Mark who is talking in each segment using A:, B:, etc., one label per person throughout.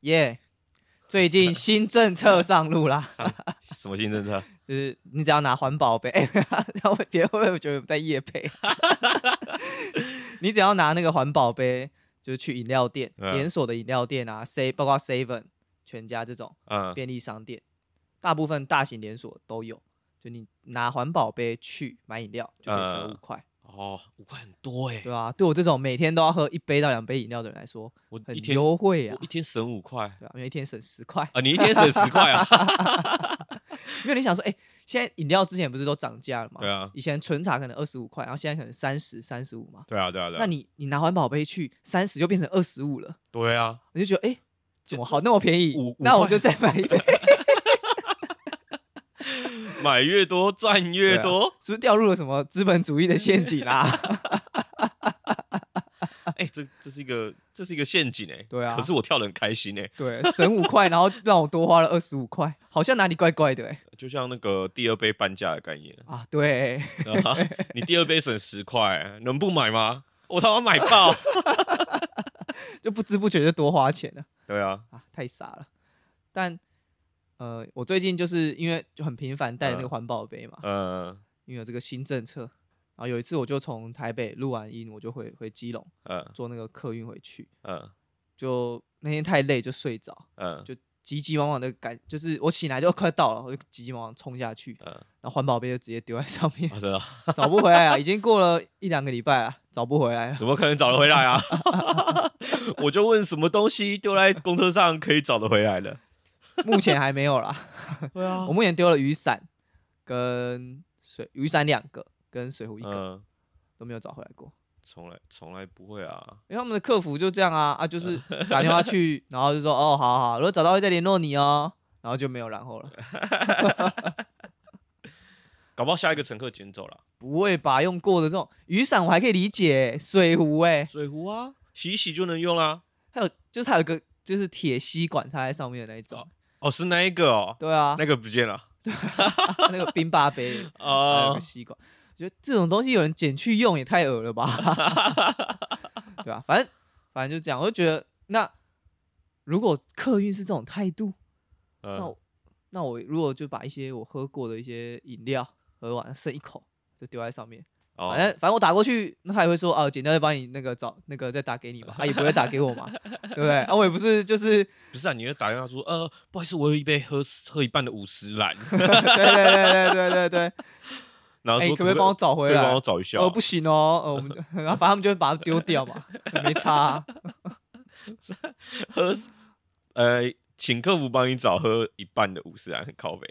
A: 耶、最近新政策上路啦，
B: 什么新政策？
A: 就是你只要拿环保杯，哎， 然后别人会不会觉得我们在夜配？ 你只要拿那个环保杯，就是去饮料店、
B: 嗯
A: 连锁的饮料店啊，C 包括 Seven、全家这种
B: 嗯，
A: 便利商店，大部分大型连锁都有。就你拿环保杯去买饮料，就可以折
B: 嗯
A: 五块，
B: 哦，五块很多哎、
A: 对啊吧、对我这种每天都要喝一杯到两杯饮料的人来说，
B: 我
A: 很
B: 一天
A: 优惠啊
B: 我一，天省五块
A: 对吧、因为一天省十块，
B: 啊，你一天省十块啊？
A: 因为你想说，哎、现在饮料之前不是都涨价了吗？
B: 对啊
A: 以前纯茶可能二十五块，然后现在可能三十、三十五嘛。
B: 对啊，对啊，对啊，
A: 那你你拿环保杯去三十就变成二十五了，
B: 对啊，
A: 你就觉得哎、怎么好那么便宜
B: 五五？
A: 那我
B: 块
A: 就再买 一杯，
B: 买越多赚
A: 对
B: 越
A: 啊
B: 多。
A: 是不是掉入了什么资本主义的陷阱啊？
B: 哎、这这是一个这是一个陷阱哎、
A: 对啊
B: 可是我跳的很开心哎、
A: 对，省五块，然后让我多花了二十五块，好像哪里怪怪的哎、
B: 就像那个第二杯半价的概念
A: 啊，对，
B: 啊，你第二杯省十块，能不买吗？我他妈买 爆！
A: 就不知不觉就多花钱了。
B: 对啊，
A: 啊，太傻了。但呃，我最近就是因为就很频繁带那个
B: 嗯
A: 环保杯嘛，
B: 嗯
A: 因为有这个新政策。然后有一次我就从台北录完音，我就回回基隆
B: 嗯
A: 坐那个客运回去，
B: 嗯
A: 就那天太累就睡着，
B: 嗯
A: 就急急忙忙的赶，就是我醒来就快到了，我就急急忙忙冲下去，
B: 嗯，
A: 然后环保杯就直接丢在上面，
B: 啊真的，
A: 找不回来啊，已经过了一两个礼拜了，找不回来了。
B: 怎么可能找得回来啊？ 我就问什么东西丢在公车上可以找得回 来的？
A: 目前还没有 啦，
B: 对啊
A: 我目前丢了雨伞跟水雨伞两个，跟水壶一个，
B: 嗯，
A: 都没有找回来过。
B: 从来从来不会啊。
A: 因为他们的客服就这样啊啊，就是
B: 嗯
A: 打电话去，然后就说哦，好好，如果找到会再联络你哦，然后就没有然 后了。
B: 搞不好下一个乘客捡走了
A: 不会吧？用过的这种雨伞我还可以理解，水壶哎、
B: 水壶啊，洗一洗就能用啦。
A: 还有就是还有一个就是铁吸管插在上面的那一种，
B: 哦，是那一个哦，
A: 对啊，哎
B: 那个不见了
A: 那个冰霸杯还有
B: 哦
A: 个。吸管，我觉得这种东西有人捡去用也太恶了 吧？对啊，反正反正就这样，我就觉得那如果客运是这种态度，那
B: 嗯
A: 我那我如果就把一些我喝过的一些饮料喝完了剩一口，就丢在上面。
B: 哦
A: 反正反正我打过去，那他也会说啊，剪掉再帮你那个找那个再打给你嘛，他、也不会打给我 嘛，对不对？啊，我也不是就是
B: 不是啊，你就打电话说，呃，不好意思，我有一杯喝喝一半的五十 兰，
A: 对对对对对对对，
B: 然后
A: 哎、
B: 说
A: 你可不可以帮我找回
B: 可以
A: 来？
B: 帮我找一下啊？
A: 呃，不行哦，呃，我们就然后反正他们就会把它丢掉嘛，没差啊、
B: 喝，呃，请客服帮你找喝一半的五十兰，很 靠背，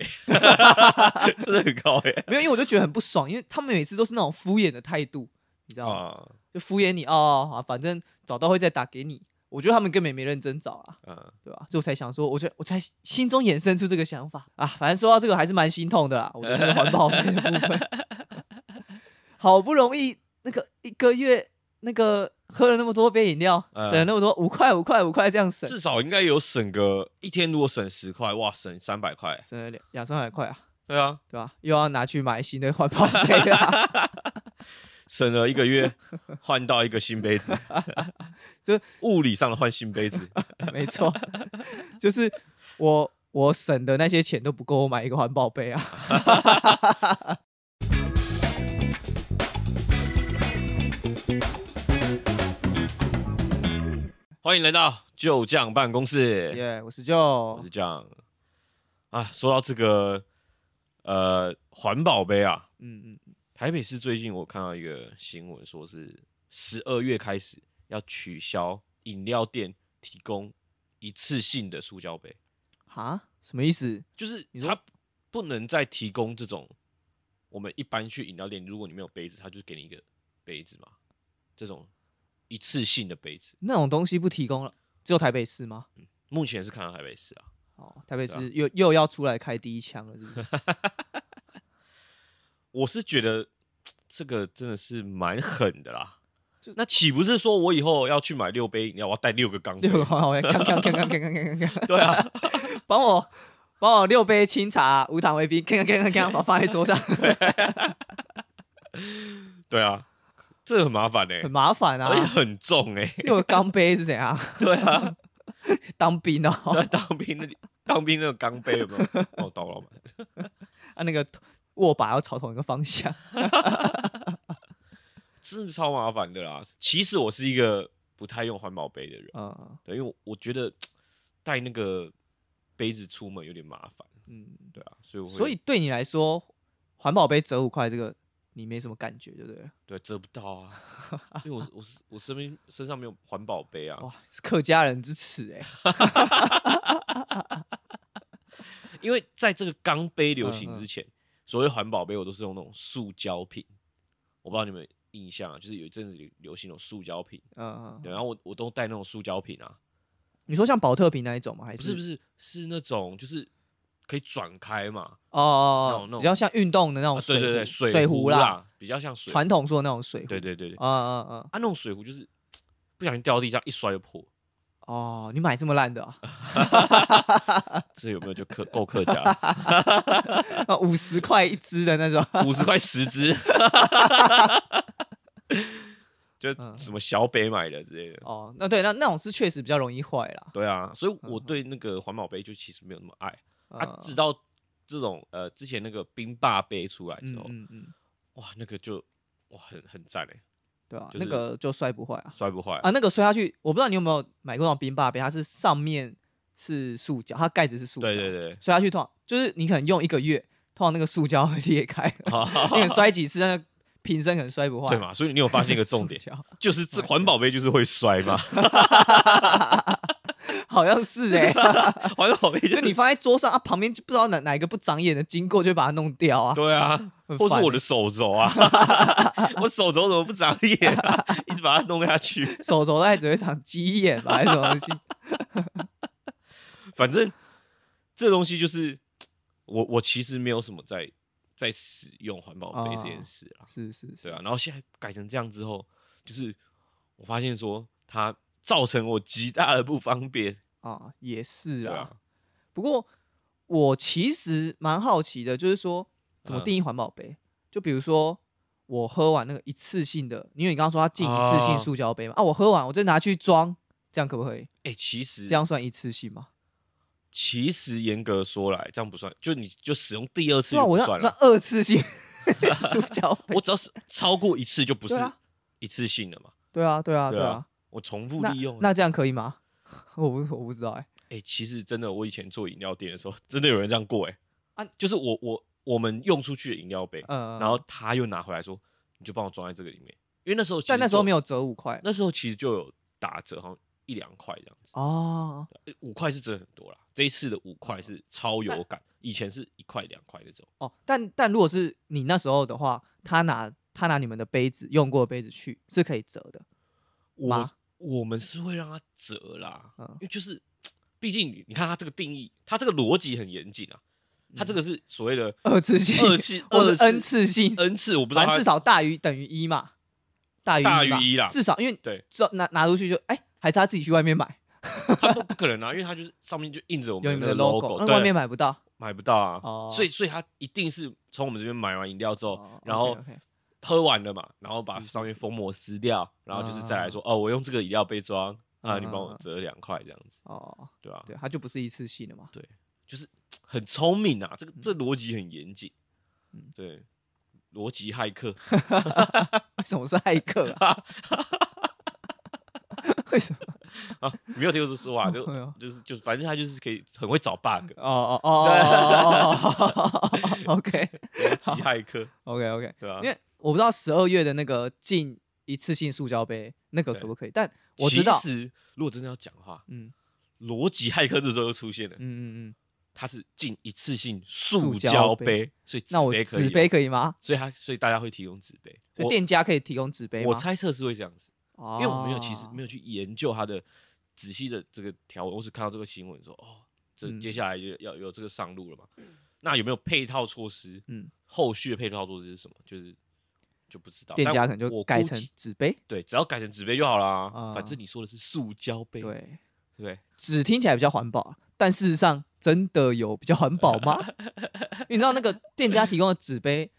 B: 真的很靠背
A: 没有，因为我就觉得很不爽，因为他们每次都是那种敷衍的态度，你知道吗？
B: 啊，
A: 就敷衍你哦哦，好反正找到会再打给你。我觉得他们根本也没认真找啊。
B: 嗯，
A: 对吧？所以我才想说，我就我才心中衍生出这个想法啊。反正说到这个还是蛮心痛的啦，我的那个环保杯的部分，好不容易那个一个月那个喝了那么多杯饮料，
B: 嗯
A: 省了那么多五块五块五块这样省，
B: 至少应该有省个一天，如果省十块，哇，省三百块，
A: 省了两两三百块啊，
B: 对啊，
A: 对吧？又要拿去买新的环保杯啦，，
B: 省了一个月，换到一个新杯子
A: 这
B: 物理上的换新杯子，
A: 没错， 就是我我省的那些钱都不够我买一个环保杯啊。
B: 欢迎来到旧将办公室，
A: 耶、我是
B: 我
A: 就
B: 是这样啊。说到这个呃环保杯啊，
A: 嗯嗯嗯，
B: 台北市最近我看到一个新闻，说是十二月开始要取消饮料店提供一次性的塑胶杯，
A: 哈，什么意思？
B: 就是
A: 你说
B: 它不能再提供这种我们一般去饮料店，如果你没有杯子，它就给你一个杯子嘛，这种一次性的杯子。
A: 那种东西不提供了，只有台北市吗？
B: 目前是看到台北市啊，
A: 哦，台北
B: 对啊
A: 市又又要出来开第一枪了，是 不是？
B: 我是觉得这个真的是蛮狠的啦。那岂不是说我以后要去买六杯饮料，我要带六个钢杯
A: 六？个环保杯，锵锵锵锵锵锵锵锵锵，
B: 对啊，
A: 帮我帮我六杯清茶，无糖微冰，锵锵锵锵锵，把它放在桌上，
B: 对啊，这很麻烦呢、欸
A: 很麻烦
B: 而且
A: 啊。
B: 很重哎、
A: 六个钢杯是怎样？
B: 对啊，
A: 当兵哦，
B: 那当兵那当兵那个钢杯有没有？哦，刀老板，
A: 啊那个握把要朝同一个方向，
B: 真的超麻烦的啦。其实我是一个不太用环保杯的人，
A: 嗯
B: 对，因为我我觉得带那个杯子出门有点麻烦，
A: 嗯，
B: 对啊，所以我会
A: 所以对你来说，环保杯折五块这个你没什么感觉，对不对？
B: 对遮不到啊， 因为我我是我身边身上没有环保杯啊，
A: 哇，是客家人之耻哎、
B: 因为在这个钢杯流行
A: 嗯嗯
B: 之前，所谓环保杯我都是用那种塑胶瓶，我不知道你们有印象啊，就是有一阵子流流行那种塑胶瓶，
A: 嗯，
B: 对，然后啊我我都带那种塑胶瓶啊，
A: 你说像保特瓶那一种吗？还
B: 不
A: 是
B: 是不是是那种就是可以转开嘛，
A: 哦
B: 那种
A: 哦哦，
B: 那种
A: 比较像运动的那种
B: 啊对
A: 水壶、
B: 对对，
A: 水
B: 水
A: 壶啦，
B: 啦，比较像水壶，
A: 传统说的那种水壶。
B: 对对对对，啊
A: 啊啊啊！
B: 那种水壶就是不小心掉地上一摔就破，
A: 哦，你买这么烂的啊、
B: 这有没有就客够客家了？
A: 啊，五十块一支的那种。
B: 五十块十支，就
A: 嗯
B: 什么小北买的之类的。
A: 哦，那对，那那种是确实比较容易坏啦。
B: 对啊，所以
A: 嗯
B: 我
A: 嗯
B: 对那个环保杯就其实没有那么爱啊
A: 嗯。
B: 直到这种呃之前那个冰霸杯出来之后，
A: 嗯嗯嗯，
B: 哇，那个就哇很很赞哎，
A: 对啊，
B: 就是
A: 那个就摔不坏啊。
B: 摔不坏
A: 啊，那个摔下去，我不知道你有没有买过那种冰霸杯，它是上面是塑胶，它盖子是塑胶，
B: 对对对，
A: 摔下去通常就是你可能用一个月，通常那个塑胶 会裂开，你可能摔几次，那个瓶身可能摔不坏。
B: 哦 对？嘛？所以你有发现一个 重点，
A: 塑胶
B: 就是这环保杯就是会摔嘛，
A: 好像 是哎、
B: 环保杯
A: 就
B: 就
A: 你 放在桌上啊，旁边就不知道哪哪一个不长眼的经过，就会把它弄掉啊。
B: 对啊，
A: 很
B: 或是
A: 烦欸
B: 我的手 肘啊， 我手肘怎么不长眼啊？ 一直把它弄下去。
A: 手肘大概只会长鸡眼吧，还是什么东 西？
B: 反正这东西就是我我其实没有什么在在使用环保杯这件事啊，
A: 是是哦是
B: 对啊。然后现在改成这样之后，就是我发现说它造成我极大的不方便，
A: 啊，也是
B: 对
A: 啦。
B: 啊，
A: 不过我其实蛮好奇的，就是说怎
B: 嗯
A: 么定义环保杯？就比如说我喝完那个一次性的，因为你刚刚说它进一次性
B: 哦
A: 塑胶杯嘛，啊，我喝完我再拿去装，这样可不可以？
B: 哎、其实
A: 这样算一次性吗？
B: 其实严格说来，这样不算，就你就使用第二次
A: 对啊，
B: 就不
A: 我要
B: 算
A: 算
B: 了，
A: 二次性 塑胶杯。
B: 我只要是超过一次就不是
A: 对啊
B: 一次性的嘛，
A: 对啊，对啊，
B: 对
A: 对啊
B: 啊。我重复
A: 那
B: 利用啊。
A: 那这样可以吗？ 我不我不知道哎、
B: 哎、其实真的，我以前做饮料店的时候，真的有人这样过哎、
A: 啊
B: 啊，就是我我我们用出去的饮料杯，
A: 嗯
B: 然后他又拿回来说，你就帮我装在这个里面，因为那时候其
A: 但
B: 实
A: 那时候
B: 就
A: 没，有折五块
B: 那时候其实就有打折，好像一两块这样子，
A: 哦，
B: 呃五块是真的很多啦。这一次的五块是超有感，以前是一块两块那种。
A: 哦，但但如果是你那时候的话，他拿他拿你们的杯子用过的杯子去是可以折的，
B: 我
A: 吗
B: 我们是会让它折啦，
A: 嗯
B: 因为就是，毕竟你你看它这个定义，它这个逻辑很严谨啊，它这个是所谓的
A: 嗯二次性、
B: 二次
A: 或
B: 二
A: 者
B: 次
A: n 次性，
B: n 次，我不知道
A: 反正
B: 它
A: 至少大于等于一嘛，大于
B: 大
A: 嘛
B: 于一啦
A: 至少因为
B: 对。
A: 之后拿拿出去就哎、还是他自己去外面买，
B: 他不不可能啊，因为他就是上面就印着我
A: 有你
B: 们
A: 们
B: 的
A: 的 logo，那
B: 对，
A: 外面买不到。
B: 买不到啊，
A: 哦
B: 所以所以他一定是从我们这边买完饮料之后，
A: 哦
B: 然后
A: OK，OK
B: 喝完了嘛，然后把
A: 是是
B: 上面
A: 是啊
B: 封膜撕掉，然后就是再来说，哦，我用这个饮料杯装啊，你帮
A: 嗯
B: 我折两块这样子，
A: 哦，
B: 对吧、
A: 对，它就不是一次性的嘛。
B: 就是很聪明啊，这个这逻辑很严谨，
A: 嗯
B: 对，逻辑骇客，
A: 为什么是骇客 啊？为什么？
B: 啊没有听过这 说法，就
A: 哎呦
B: 就是就是反正他就是可以很会 找 bug，
A: 哦哦哦，OK
B: 逻辑骇客，
A: OK OK，
B: 对吧、
A: 因为我不知道十二月的那个进一次性塑胶杯那个
B: 对
A: 可不可以，但我知道，
B: 其实如果真的要讲的话，
A: 嗯
B: 逻辑骇客这时候又出现了。
A: 嗯嗯嗯，
B: 它是进一次性塑
A: 塑胶
B: 胶
A: 杯
B: 杯，所以
A: 那我
B: 可以
A: 纸
B: 有
A: 杯，可以吗？
B: 所以它所以大家会提供纸杯。
A: 所以
B: 我
A: 店家可以提供纸杯吗？哦
B: 我猜测是会这样子，
A: 因
B: 因为我没有其实没
A: 有，
B: 有去研究它的仔细的这个条文，我只看到这个新闻说哦，这
A: 嗯
B: 接下来就要有这个上路了嘛。那有没有配套措施？
A: 嗯，
B: 后续的配套措施是什么？就是就不知道。
A: 店
B: 但
A: 家可能就
B: 我估
A: 改成
B: 计
A: 纸杯。
B: 对，只要改成纸杯就好啦。反
A: 啊
B: 正你说的是塑胶杯，对
A: 对，
B: 不对？
A: 纸听起来比较环保，但事实上真的有比较环保吗？因为你知道那个店家提供的纸杯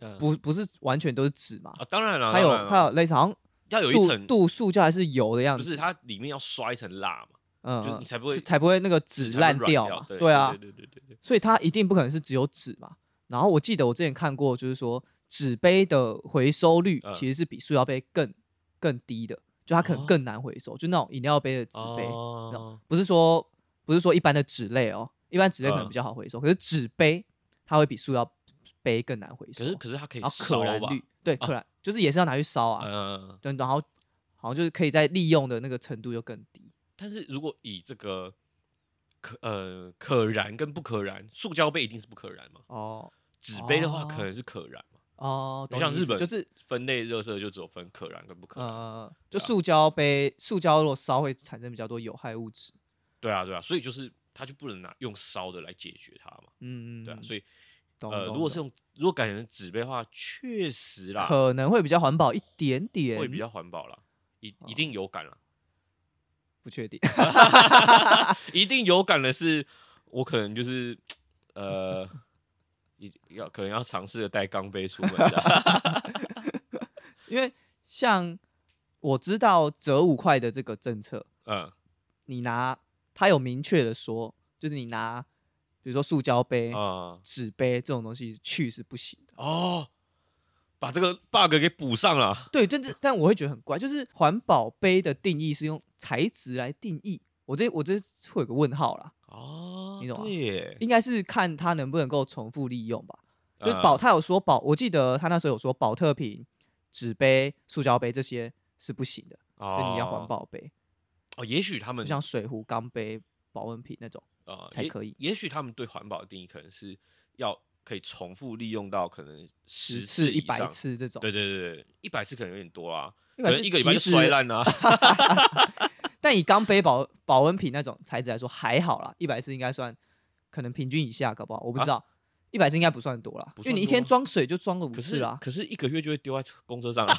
B: 嗯
A: 不不是完全都是纸嘛，
B: 啊，当然了，
A: 它有
B: 当然啦
A: 它有类似好像
B: 要有一
A: 镀
B: 层，
A: 镀塑胶还是油的样
B: 不
A: 子，
B: 是它里面要刷一层蜡嘛。
A: 嗯，
B: 就
A: 嗯
B: 你才不会
A: 就才不会那个纸
B: 才会
A: 烂
B: 软
A: 掉
B: 掉
A: 嘛。
B: 对
A: 对啊，
B: 对对对对，
A: 所以它一定不可能是只有纸嘛。然后我记得我之前看过，就是说纸杯的回收率
B: 嗯
A: 其实是比塑料杯更更低的，就它可能
B: 哦
A: 更难回收，就那种饮料杯的纸杯，道
B: 哦
A: 不是说不是说一般的纸类哦，一般纸类可能
B: 嗯
A: 比较好回收，可是纸杯它会比塑料杯更难回收
B: 可，是可是它可以
A: 然后
B: 烧
A: 可燃
B: 吧
A: 率？对可燃就是也是要拿去烧啊，
B: 嗯，
A: 对，然后好像就是可以在利用的那个程度就更低，
B: 但是如果以这个可呃可燃跟不可燃，塑胶杯一定是不可燃嘛？
A: 哦
B: 纸杯的话
A: 哦
B: 可能是可燃嘛？
A: 哦，懂
B: 像
A: 你意
B: 日
A: 思
B: 本
A: 就是
B: 分类热色就只有分可燃跟不可燃。
A: 呃，就
B: 对啊
A: 塑胶杯，塑胶如果烧会产生比较多有害物质。
B: 对啊对啊，所以就是它就不能拿用烧的来解决它嘛？
A: 嗯，
B: 对啊，所
A: 以
B: 以
A: 懂
B: 呃，
A: 懂
B: 如果是
A: 懂
B: 用如果改成纸杯的话，确实啦，
A: 可能会比较环保一点点，
B: 会比较环保啦，一
A: 哦
B: 一定有感啦，
A: 不确定。
B: 一定有感的是，我可能就是呃，一要可能要尝试着带钢杯出门这样
A: 因为像我知道折五块的这个政策，
B: 嗯
A: 你拿它有明确的说，就是你拿比如说塑胶杯、
B: 啊、
A: 纸杯这种东西去是不行的。
B: 哦，把这个 bug 给补上了，
A: 对，但是但我会觉得很怪，就是环保杯的定义是用材质来定义，我这我这会有个问号啦。
B: 哦，
A: 你懂吗啊
B: 对耶，
A: 应该是看它能不能够重复利用吧。就是
B: 呃
A: 保，他有说保，我记得他那时候有说保特瓶、纸杯、塑胶杯这些是不行的，所以你要环
B: 哦
A: 保杯，
B: 哦，也许他
A: 就
B: 们
A: 像水壶、钢杯、保温瓶那种。
B: 呃
A: 才
B: 也
A: 可以
B: 也许他们对环保的定义可能是要可以重复利用到可能
A: 十
B: 十
A: 次、一
B: 以
A: 百
B: 上，
A: 次这种，
B: 对对对对，一百次可能有点多啊，
A: 一
B: 可
A: 百
B: 能
A: 次
B: 一个礼拜
A: 其
B: 就
A: 实
B: 摔烂了、啊。
A: 但以钢杯、保保温瓶那种材质来说还好啦，一百次应该算可能平均以下，搞不好我不知道，一百次应该不算多啦，
B: 啊不
A: 因为
B: 算
A: 你一
B: 多
A: 天
B: 吗
A: 装水就装个五
B: 可
A: 次
B: 是
A: 啦。
B: 可是一个月就会丢在车公车 上了，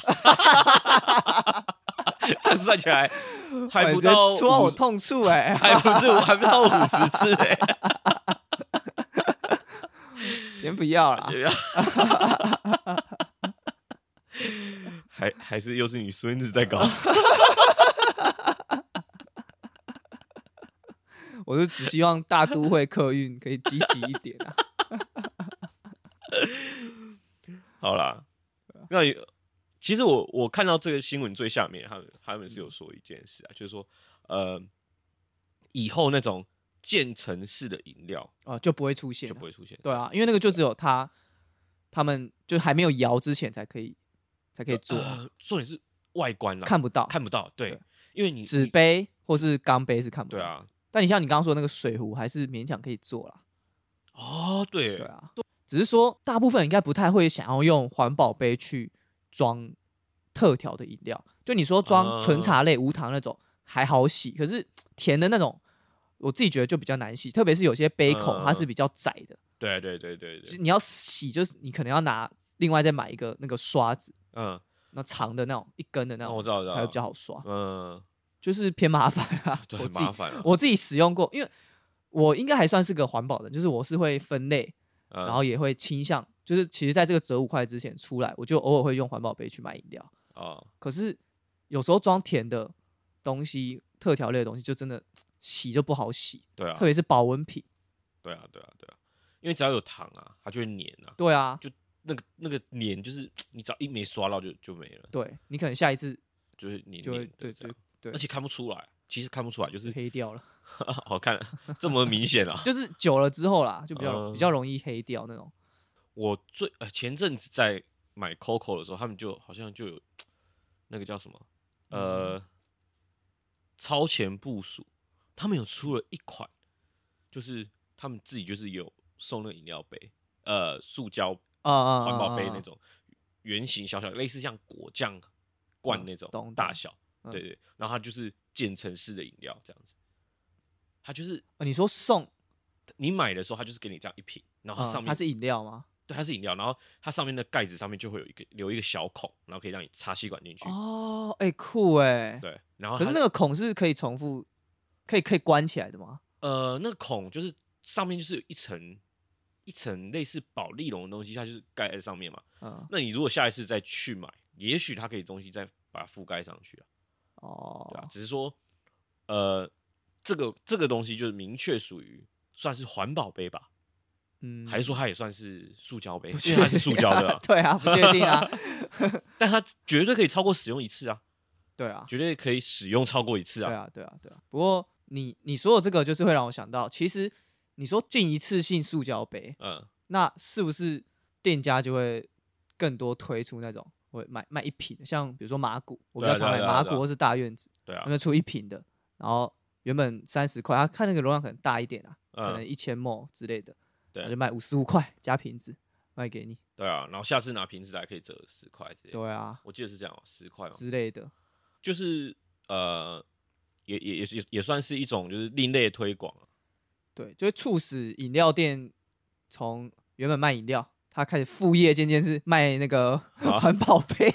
B: 这样算起 来还
A: 哎
B: 不
A: 直接
B: 到
A: 戳到
B: 五
A: 我，痛处哎、
B: 还不是还不到五十次哎、
A: 先不要 啦。
B: 还还是又是你孙子 在搞，
A: 我是只希望大都会客运可以积极一点 啊。
B: 好啦，那你其实我我看到这个新闻最下面，他们他们
A: 嗯
B: 是有说一件事啊，就是说呃，以后那种渐层式的饮料
A: 哦，就不会出现
B: 就
A: 了。
B: 不会出现，
A: 对啊，因为那个就只有他，他们就还没有摇之前才可以，才可以做，
B: 呃重点是外观啦，
A: 啊看不到。
B: 看不到，对
A: 对，
B: 因为你
A: 纸
B: 你
A: 杯或是钢杯是看不到。
B: 对。啊，
A: 但你像你刚刚说的那个水壶，还是勉强可以做啦。
B: 哦，对，
A: 对啊，只是说大部分人应该不太会想要用环保杯去装特调的饮料。就你说装纯
B: 嗯
A: 茶类、无糖那种还好洗，可是甜的那种，我自己觉得就比较难洗，特别是有些杯口它是
B: 嗯
A: 比较窄的。
B: 对对对对
A: 就是
B: 对，
A: 你要洗，就是你可能要拿另外再买一个那个刷子，
B: 嗯，
A: 那长的那种一根的那
B: 那
A: 种，
B: 我知道，我知道，
A: 才会比较好刷，
B: 嗯，
A: 就是偏麻烦啊。
B: 对，
A: 我
B: 很
A: 自
B: 麻
A: 己
B: 烦啊，
A: 我自己使用过，因为我应该还算是个环保的，就是我是会分类，
B: 嗯
A: 然后也会倾向，就是其实在这个折五块之前出来，我就偶尔会用环保杯去买饮料，
B: 哦，
A: 可是有时候装甜的东西、特调类的东西，就真的洗就不好洗，
B: 对啊
A: 特，别是保温瓶。
B: 对啊，对啊，对啊，因为只要有糖啊，它就会粘啊，
A: 对啊，
B: 就那个那个粘，就是你只要一没刷到就就没了，
A: 对你可能下一次
B: 就是粘
A: 就会
B: 粘
A: 对
B: 的这
A: 对
B: 样，
A: 对
B: 而且看不出来，其实看不出来，就是
A: 黑掉了。
B: 好看这么明显啊。
A: 就是久了之后啦，就比较容、比
B: 嗯
A: 较容易黑掉那种。
B: 我最呃前阵子在买 Coco 的时候，他们就好像就有那个叫什么
A: 嗯
B: 呃超前部署，他们有出了一款，就是他们自己就是有送那个饮料杯，呃，塑胶
A: 啊啊啊！
B: 环保杯
A: 啊
B: 那，种圆形小小，类似像果酱罐那
A: 嗯懂
B: 种大
A: 懂
B: 小，
A: 嗯
B: 对对，然后它就是渐层式的饮料这样子，它就是
A: 啊你说送，
B: 你买的时候，它就是给你这样一瓶，然后它
A: 啊
B: 上面
A: 它是饮料吗？
B: 对，它是饮料，然后它上面的盖子上面就会有一个留一个小孔，然后可以让你插吸管进去。
A: 哦，哎、酷哎、
B: 对，然后
A: 可是
B: 它
A: 那个孔是可以重复，可以可以关起来的吗？
B: 呃那个孔就是上面就是有一层一层类似保丽龙的东西，它就是盖在上面嘛。
A: 嗯，
B: 那你如果下一次再去买，也许它可以东西再把它覆盖上去啊，对啊，
A: 哦，
B: 只是说呃这个这个东西就是明确属于算是环保杯吧，
A: 嗯，
B: 还是说它也算是塑胶杯？
A: 不
B: 因为它是塑胶的啊、
A: 对啊，不确定 啊，
B: 但它绝对可以超过使用一次啊，
A: 对啊，
B: 绝对可以使用超过一次
A: 对
B: 啊。
A: 啊，对啊，对啊。不过你你说的这个，就是会让我想到，其实你说进一次性塑胶杯，
B: 嗯，
A: 那是不是店家就会更多推出那种会卖卖一瓶的，像比如说麻古，我比
B: 对啊
A: 较常
B: 对啊
A: 买
B: 对啊
A: 麻
B: 对
A: 古
B: 啊
A: 或是大院子，
B: 对
A: 他
B: 啊
A: 们，出一瓶的，然后原本三十块，他看那个容量可能大一点啊，可能
B: 嗯，
A: 一千沫之类的，
B: 对
A: 那就卖五十五块加瓶子卖给你，
B: 对啊。然后下次拿瓶子来可以折十块之类的。
A: 对啊
B: 我记得是这样哦，十块嘛，
A: 之类的，
B: 就是呃，也也也也也算是一种就是另类的推广啊。
A: 对，就会促使饮料店从原本卖饮料，它开始副业渐渐是卖那 个
B: 啊
A: 环保杯，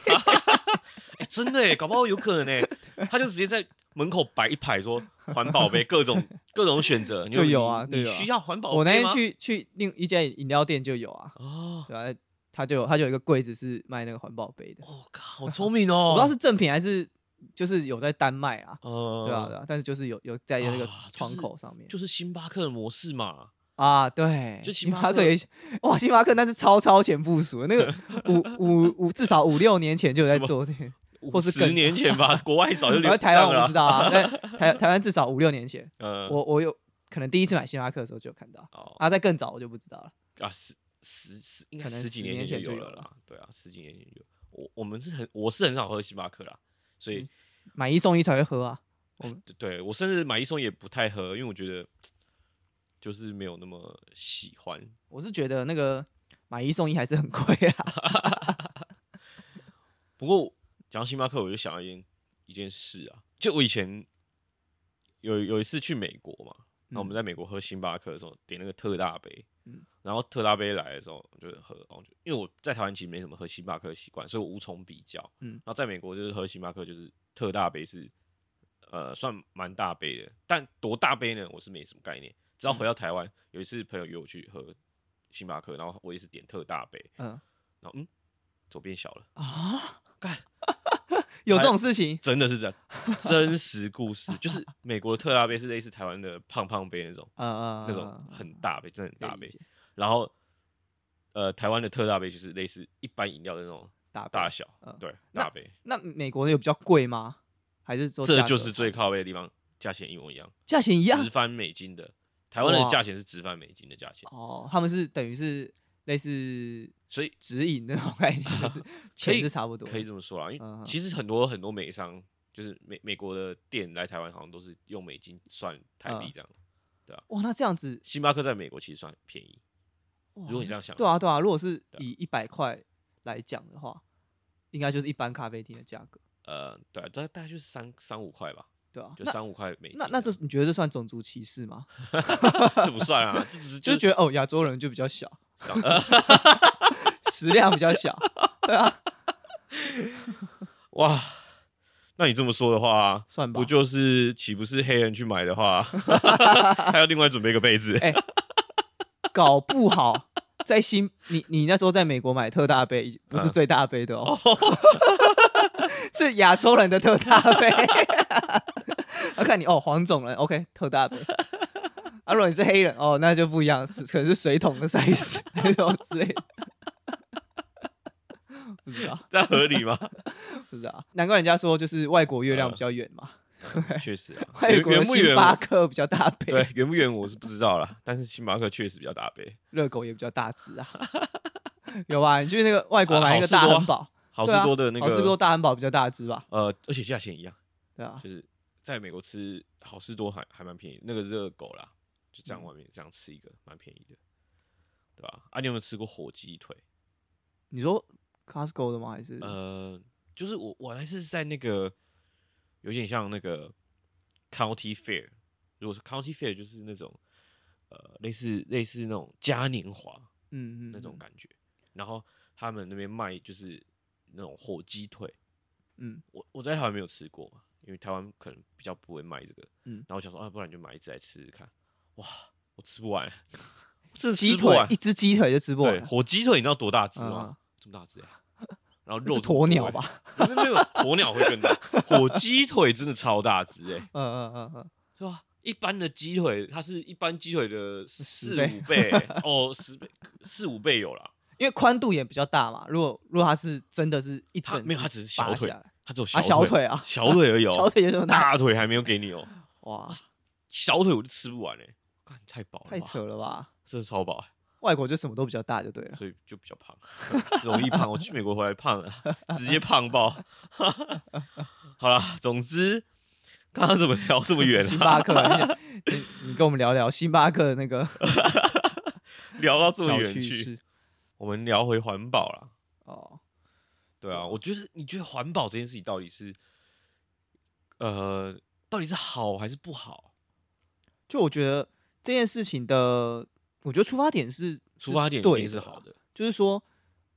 B: 哎、真的哎，搞不好有可能哎，他就直接在门口摆一 排说环保杯，各种各种选择，你
A: 就有啊
B: 你
A: 就
B: 你
A: 有啊
B: 需要环保杯
A: 我那天
B: 吗
A: 去去另一间饮料店就有啊，
B: 哦，
A: 对啊，它就有它就有一个柜子是卖那个环保杯的，
B: 我靠，好聪明哦，
A: 我不知道是正品还是就是有在单卖啊，
B: 呃，
A: 对啊对啊，但是就是有有在那个
B: 啊就是
A: 窗口上面
B: 就是星巴克的模式嘛，
A: 啊，对，
B: 就
A: 星
B: 星巴
A: 巴克
B: 克
A: 也哇，星巴克那是超超前部署的，那个 五五五至少五六年前就有在
B: 什么
A: 做这个。或
B: 五
A: 是
B: 十
A: 更
B: 年前 吧，国外早就
A: 然后
B: 流
A: 嗯台湾
B: 行
A: 我不知
B: 了啊，
A: 道啊，但台台湾至少五六年前，
B: 呃，
A: 我我有可能第一次买星巴克的时候就有看到，
B: 哦
A: 啊，在更早我就不知道了。
B: 啊十十十应该
A: 可能
B: 十几
A: 10
B: 年
A: 年
B: 前
A: 前就
B: 有
A: 有了
B: 啦，对啊，十几年前就有，我我们是很我是很少喝星巴克啦，所
A: 嗯
B: 以
A: 买一送一才会喝啊，
B: 对对我甚至买一送一也不太喝，因为我觉得就是没有那么喜欢。
A: 我是觉得那个买一送一还是很贵啊。
B: 不过讲到星巴克，我就想到一件一件事啊，就我以前有有一次去美国嘛，那我们在美国喝星巴克的时候点那个特大杯，
A: 嗯
B: 然后特大杯来的时候我就喝，然后就因为我在台湾其实没什么喝星巴克的习惯，所以我无从比较，
A: 嗯
B: 然后在美国就是喝星巴克就是特大杯是呃算蛮大杯的，但多大杯呢我是没什么概念，直到回到台湾、有一次朋友约我去喝星巴克，然后我也是点特大杯，
A: 嗯
B: 然 后嗯左边小了。
A: 啊，
B: 干，
A: 有这种事情
B: 真的是这样， 真实故事，就是美国的特拉杯是类似台湾的胖胖杯那种，
A: 嗯嗯，嗯
B: 那种很大杯，真的很大
A: 嗯可
B: 杯。。
A: 以理解
B: 然后，呃，台湾的特大杯就是类似一般饮料的那种
A: 大杯
B: 大小
A: 嗯，
B: 对，
A: 那
B: 大杯，
A: 那美国的有比较贵吗？还是说
B: 这
A: 价格
B: 就是最
A: 差
B: 靠背的地方，价钱一模一样，
A: 价钱一样
B: 直翻美金的。台湾的
A: 哇
B: 价钱是直翻美金的价钱，
A: 哦？他们是等于是类似
B: 所以
A: 指引那种概念，就是
B: 可
A: 钱
B: 以
A: 是差不多的，
B: 可以这么说啦。因
A: 嗯嗯
B: 为其实很多很多美商，就是美美国的店来台湾，好像都是用美金算台
A: 嗯
B: 币这样。
A: 哇，那这样子，
B: 星巴克在美国其实算便宜，
A: 如
B: 如果你这样想，
A: 对啊，对啊，如果是
B: 对啊
A: 以一百块来讲的话，应该就是一般咖啡厅的价格，
B: 呃，对啊，大大概就是三三五块吧，
A: 对啊。
B: 就
A: 那
B: 三五块美金
A: 那
B: 样。
A: 那这你觉得这算种族歧视吗？
B: 这不算啊，这只是
A: 就是
B: 就
A: 觉得哦，亚洲人就比较小，
B: 长得
A: 食量比较小，
B: 哇。那你这么说的话，
A: 算吧
B: 不。就是岂不是黑人去买的话， 还要另外准备一个杯子？
A: 哎搞不好在新你你那时候在美国买特大杯，不
B: 嗯
A: 是最大杯的哦， 是亚洲人的特大杯。 我看你哦，黄种人，OK，特大杯。啊，如果你是黑人哦，那就不一样，是可能是水桶的 size 还是什么之类的，不知道
B: 这样合 理吗？
A: 不知道，难怪人家说就是外国月亮比较圆嘛，
B: 确实啊，
A: 外
B: 嗯圆
A: 国的
B: 圆不
A: 星
B: 圆？
A: 巴克比较大杯，
B: 对，圆不圆我是不知道啦，但是星巴克确实比较大杯。
A: 热狗也比较大只啊。 有吧？你去那个外国买那个
B: 啊好
A: 大
B: 事多
A: 汉堡，
B: 好事
A: 对啊
B: 多的那个，
A: 好事多大汉堡比较大只吧？
B: 呃，而且价钱一样，
A: 对啊，
B: 就是在美国吃好事多还还蛮便宜，那个热狗啦，就这样外面这样吃一个蛮便宜的，对吧？啊，你有没有吃过火鸡腿？
A: 你说 Costco 的吗？还是
B: 呃，就是我我还是在那个有点像那个 county fair，如果是 county fair 就是那种呃类似类似那种嘉年华
A: 嗯嗯
B: 那种感觉，然后他们那边卖就是那种火鸡腿，
A: 嗯
B: 我我在台湾没有吃过嘛，因为台湾可能比较不会卖这个，
A: 嗯
B: 然后我想说啊，不然就买一只来吃吃看，哇，我吃 不完，这
A: 鸡腿一只鸡腿就吃不完
B: 对，
A: 了，
B: 火鸡腿你知道多大只
A: 嗯嗯
B: 吗？这么大只 啊，然后
A: 那
B: 肉
A: 是
B: 这
A: 鸵
B: 么多
A: 鸟
B: 欸
A: 吧？
B: 没有没有，没有鸵鸟会更大，火鸡腿真的超大只哎、
A: 嗯嗯嗯嗯，
B: 是吧？一般的鸡腿，它是一般鸡腿的四
A: 倍
B: 五 倍哦，十倍四五倍有啦。
A: 因为宽度也比较大嘛。如果如果它是真的是一
B: 它
A: 整
B: 没有，它只是小
A: 拔
B: 腿
A: 下来，
B: 它只有
A: 啊小腿啊
B: 小腿而已 哦。
A: 小腿有什么大
B: 大腿还没有给你哦，
A: 哇，
B: 小腿我就吃不完哎、欸，干太饱了，
A: 太，扯了吧？
B: 真的超 饱，
A: 外国就什么都比较大就 对了。
B: 所以就比较胖，嗯容易胖。我去美国回来胖了，直接胖爆。 好啦，总之刚刚怎么聊这么远、啊？
A: 星巴克，你想你你跟我们聊聊星巴克的那个
B: 聊到 这么
A: 小
B: 远
A: 趣
B: 去，
A: 事
B: 我们聊回环保啦。
A: 哦。
B: 对啊，我觉得你觉得环保这件事情到底是，呃，到底是好还是不好？
A: 就我觉得这件事情的，我觉得出发点是
B: 出发点一
A: 对
B: 定是
A: 的
B: 好
A: 啦，
B: 的，
A: 就是说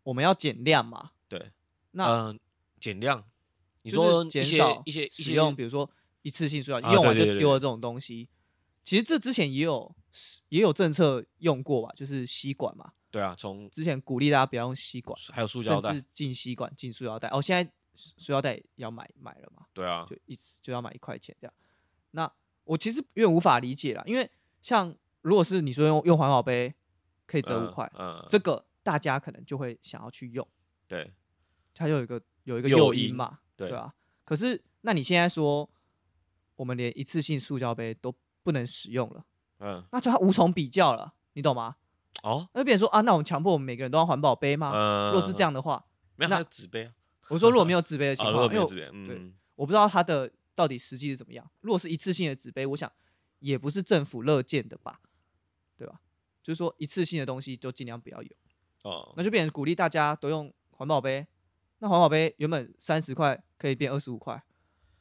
A: 我们要减量嘛，
B: 对。
A: 那
B: 呃减量，你
A: 就是
B: 说
A: 减
B: 一些
A: 少
B: 一些一
A: 使
B: 些
A: 用，比如说一次性塑料、
B: 啊
A: 用完
B: 对
A: 就
B: 对对
A: 丢了这种东西。其实这之前也有也有政策用过吧，就是吸管嘛，
B: 对啊，从
A: 之前鼓励大家不要用吸管，
B: 还有塑胶
A: 甚
B: 袋
A: 至，禁吸管、禁塑料袋。哦，现在塑塑料袋也要买买了嘛，
B: 对啊，
A: 就一次就要买一块钱这样。那我其实有点无法理解啦，因为像如果是你说用用环保杯可以折五
B: 嗯
A: 块，
B: 嗯，
A: 这个大家可能就会想要去用，
B: 对
A: 它就有一个有一个
B: 诱
A: 诱
B: 因
A: 因嘛，
B: 对
A: 对啊。可是那你现在说我们连一次性塑胶杯都不能使用了，
B: 嗯
A: 那就它无从比较了，你懂吗？
B: 哦，
A: 那就变成说啊，那我们强迫我们每个人都要环保杯吗？如
B: 嗯，
A: 啊果是这
B: 样，
A: 样的话，
B: 没有
A: 那
B: 还有纸杯啊，
A: 我说如果没有纸杯的情
B: 啊，
A: 况，
B: 如果
A: 因
B: 没
A: 为
B: 有
A: 我
B: 纸杯，
A: 对
B: 嗯，
A: 我不知道它的到底实际是怎么样。如果是一次性的纸杯，我想也不是政府乐见的吧，对吧？就是说一次性的东西就尽量不要有，
B: 哦，
A: 那就变成鼓励大家都用环保杯。那环保杯原本三十块可以变二十五块，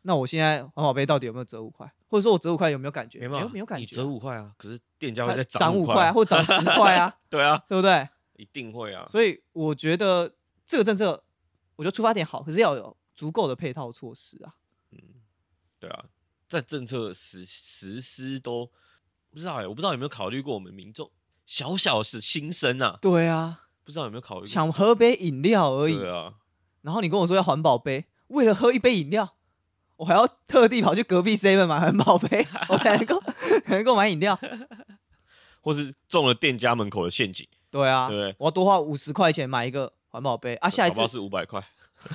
A: 那我现在环保杯到底有没有折五块？或者说我折五块有没有感觉？
B: 没
A: 没有
B: 有
A: 没有感
B: 你
A: 觉
B: 折
A: 啊，
B: 五块啊，可是店家会
A: 它
B: 再
A: 涨
B: 五
A: 五块啊，
B: 啊，
A: 或涨十块 啊，
B: 对啊，
A: 对不对？
B: 一定会啊，
A: 所以我觉得这个政策，我觉得出发点好，可是要有足够的配套措施啊。
B: 嗯，对啊，在政策实实施都不知道哎，我不知道有没有考虑过我们民众小小的心声啊，
A: 对啊，
B: 不知道有没有考虑过
A: 想喝杯饮料而已，
B: 对啊，
A: 然后你跟我说要环保杯，为了喝一杯饮料，我还要特地跑去隔壁 seven 买环保杯， 我才能够才能够买饮料。
B: 或是中了店家门口的陷阱，
A: 对啊，
B: 对
A: 我要多花五十块钱买一个环保杯啊，下一次
B: 搞不好是五百块，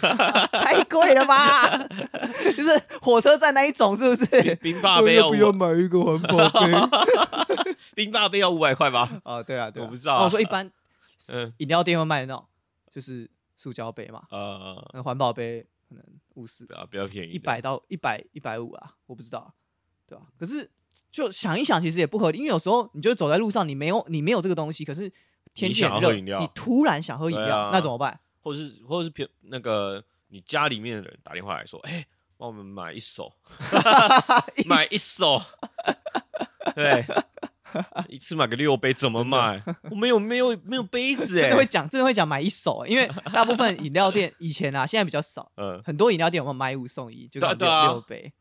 A: 太贵了吧？ 就是火车站那一种是不是？
B: 冰霸杯要啊五
A: 买一个环保 杯
B: 冰霸杯要五百块 吧？
A: 啊？对啊，对啊，
B: 我不知道啊
A: 那我说一般
B: 嗯
A: 饮料店会卖的那种，就是塑胶杯嘛，
B: 呃，
A: 那环保杯可能五十
B: 不要不要便宜，
A: 一百到一百一百五啊，我不知道啊，对吧、可是就想一想，其实也不合理，因为有时候你就走在路上，你没有你没有这个东西，可是天气
B: 想
A: 很
B: 要喝
A: 热，
B: 饮料
A: 你突然想喝饮
B: 对
A: 料，
B: 啊
A: 那怎么办？
B: 或者是或者是偏那个你家里面的人打电话来说，哎、帮我们买一手，买一手， 对，一次买个六杯怎么买？我没有没有没有杯子 哎、
A: 真的会讲，真的会讲买一手、因为大部分饮料店以前啊，现在比较少，
B: 嗯
A: 很多饮料店有没有买五送一，就
B: 对
A: 是
B: 啊
A: 六、
B: 对啊
A: 六杯，